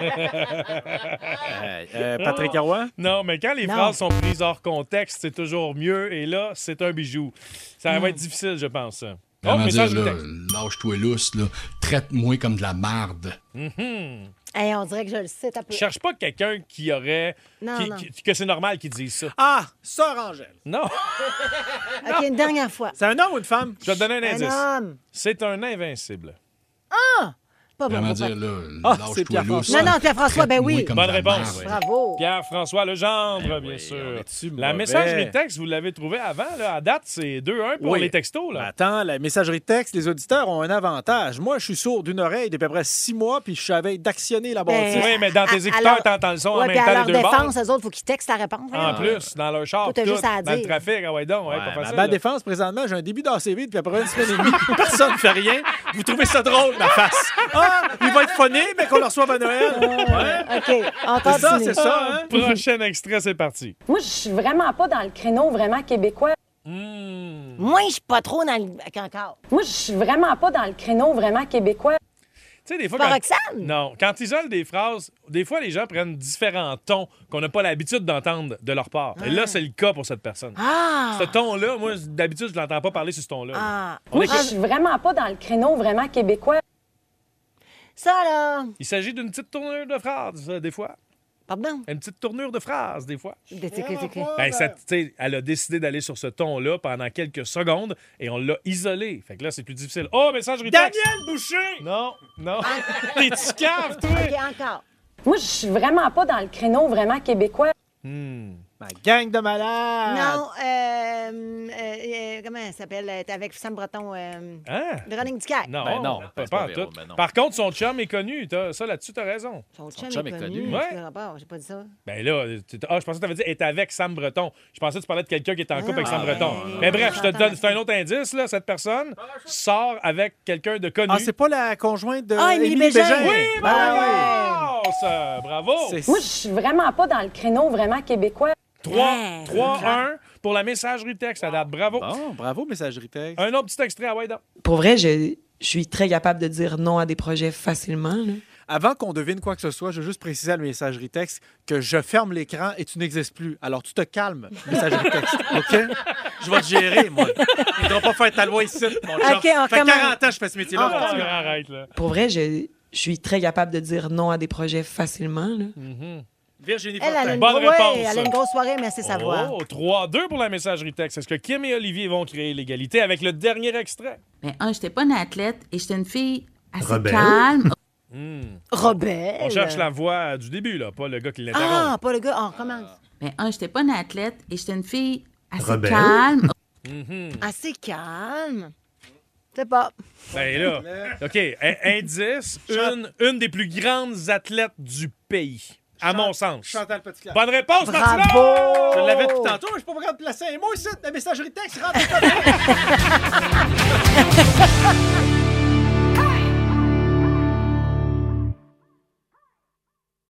euh, Ah. Patrick Roy? Non, mais quand les Non. phrases sont prises hors contexte, c'est toujours mieux. Et là, c'est un bijou. Ça Hmm. va être difficile, je pense. Oh, Vraiment message dire, du là, texte. Euh, lâche-toi lousse, là, traite-moi comme de la marde. Hey, on dirait que je le sais. t'as peu. Cherche pas quelqu'un qui aurait. Non, qui- non. qui- que c'est normal qu'il dise ça. Ah, Sœur Angèle. Non, OK, une dernière fois. C'est un homme ou une femme? je vais te donner un indice. Un homme. C'est un invincible. Pas bon. Vraiment pas dire, bon. là, Ah, c'est lâche-toi Pierre-François. lousse. Non, non, là, Pierre-François, ben traite-moi oui. comme Bonne de la marde. réponse. Bravo. Pierre-François Legendre, bien sûr. est-tu La Ben mauvais? messagerie texte, vous l'avez trouvé avant. Là. À date, c'est 2-1 pour Oui. les textos. Ben, Là. attends, la messagerie de texte, les auditeurs ont un avantage. Moi, je suis sourd d'une oreille depuis à peu près six mois, puis je savais d'actionner la Ben bâtisse. oui, mais dans tes à- écouteurs, Ah, alors- t'entends le son en Ouais, même puis temps, à leur les deux bords. défense, eux autres, faut qu'ils textent la réponse. En plus, dans leur char, Toi, t'as tout, juste à dans le dire. trafic, ah ouais, donc, ouais, Ouais, pas mais à facile. ma là. défense, présentement, j'ai un début d'ACV depuis à peu près une semaine et demie. [LAUGHS] Personne ne fait rien. Vous trouvez ça drôle, ma face? Ah, il va être phoné, mais qu'on le reçoive à Noël. Oh, Ouais. OK, on C'est ça, continue. c'est ça, hein? Prochain extrait, c'est parti. Moi, je suis vraiment pas dans le créneau vraiment québécois. Moi, je suis pas trop dans le... Encore. Moi, je suis vraiment pas dans le créneau vraiment québécois. Tu sais, des fois. Pas quand- Roxane? Non. Quand ils isolent des phrases, des fois, les gens prennent différents tons qu'on n'a pas l'habitude d'entendre de leur part. Et là, c'est le cas pour cette personne. Ah! Ce ton-là, moi, d'habitude, je l'entends pas parler sur ce ton-là. Ah. On Moi, écoute. je suis vraiment pas dans le créneau vraiment québécois. Ça, là... Il s'agit d'une petite tournure de phrase, euh, des fois. Pardon? Une petite tournure de phrase, des fois. Des- t'es- t'es- t'es- Ben, ça, tu sais, elle a décidé d'aller sur ce ton-là pendant quelques secondes et on l'a isolé. Fait que là, c'est plus difficile. Oh, message Daniel texte! Boucher! Non, non. T'es-tu cave, toi? OK, encore. Moi, je suis vraiment pas dans le créneau vraiment québécois. Hmm. Ma gang de malades! Non, euh, euh, euh, comment elle s'appelle? euh, t'es avec Sam Breton. Euh, Hein? Véronique Ducaire. Non, Ben non, pas, c'est pas pas en Véro, tout. ben non. Par contre, son chum est connu. T'as- ça, là-dessus, t'as raison. Son chum, chum est est connu. connu. c'est Ouais. le rapport, J'ai pas dit ça. Ben là, t'es- ah, je pensais que t'avais dit est avec Sam Breton. Je pensais que tu parlais de quelqu'un qui était en couple non, avec Sam ah, Breton. ben, Mais ben, bref, je te j'entends donne la c'est un autre indice là. Cette personne sort avec quelqu'un de connu. Ah, c'est pas la conjointe de Ah, Émilie Émilie Bégin. Bégin? Oui, Ben bravo! Ah, oui. Bravo! C'est- Moi, je suis vraiment pas dans le créneau vraiment québécois. 3, 3-1 pour la messagerie texte à date. Bravo. Bon, bravo, messagerie texte. Un autre petit extrait à Waida. Pour vrai, je, je suis très capable de dire non à des projets facilement. là. Avant qu'on devine quoi que ce soit, je veux juste préciser à la messagerie texte que je ferme l'écran et tu n'existes plus. Alors, tu te calmes, messagerie texte, OK? Je vais te gérer, moi. Ils ne doivent pas faire ta loi ici, mon OK, on chum. Ça fait recommence. 40 ans que je fais ce métier-là. Ah, Faut que tu- arrête là. Pour vrai, je, je suis très capable de dire non à des projets facilement. là. Virginie Elle, elle a, Fortin. une Bonne grosse- ouais, réponse. elle a une grosse soirée, merci Oh, savoir. 3-2 pour la messagerie texte. Est-ce que Kim et Olivier vont créer l'égalité avec le dernier extrait? Mais un, j'étais pas une athlète et j'étais une fille assez Rebelle. calme. Hmm. Robert. On cherche la voix du début, là, pas le gars qui l'interrompt. Ah, pas le gars. On recommence. Mais un, j'étais pas une athlète et j'étais une fille assez Rebelle. calme. Mhm. Assez calme. Je sais pas. Ben là, OK, un- indice, une, une des plus grandes athlètes du pays, à mon sens. Chantal Petitclerc. Bonne réponse, Martina! Bravo! Je l'avais tout tantôt, mais je suis pas capable de placer un mot ici. La messagerie texte rentre.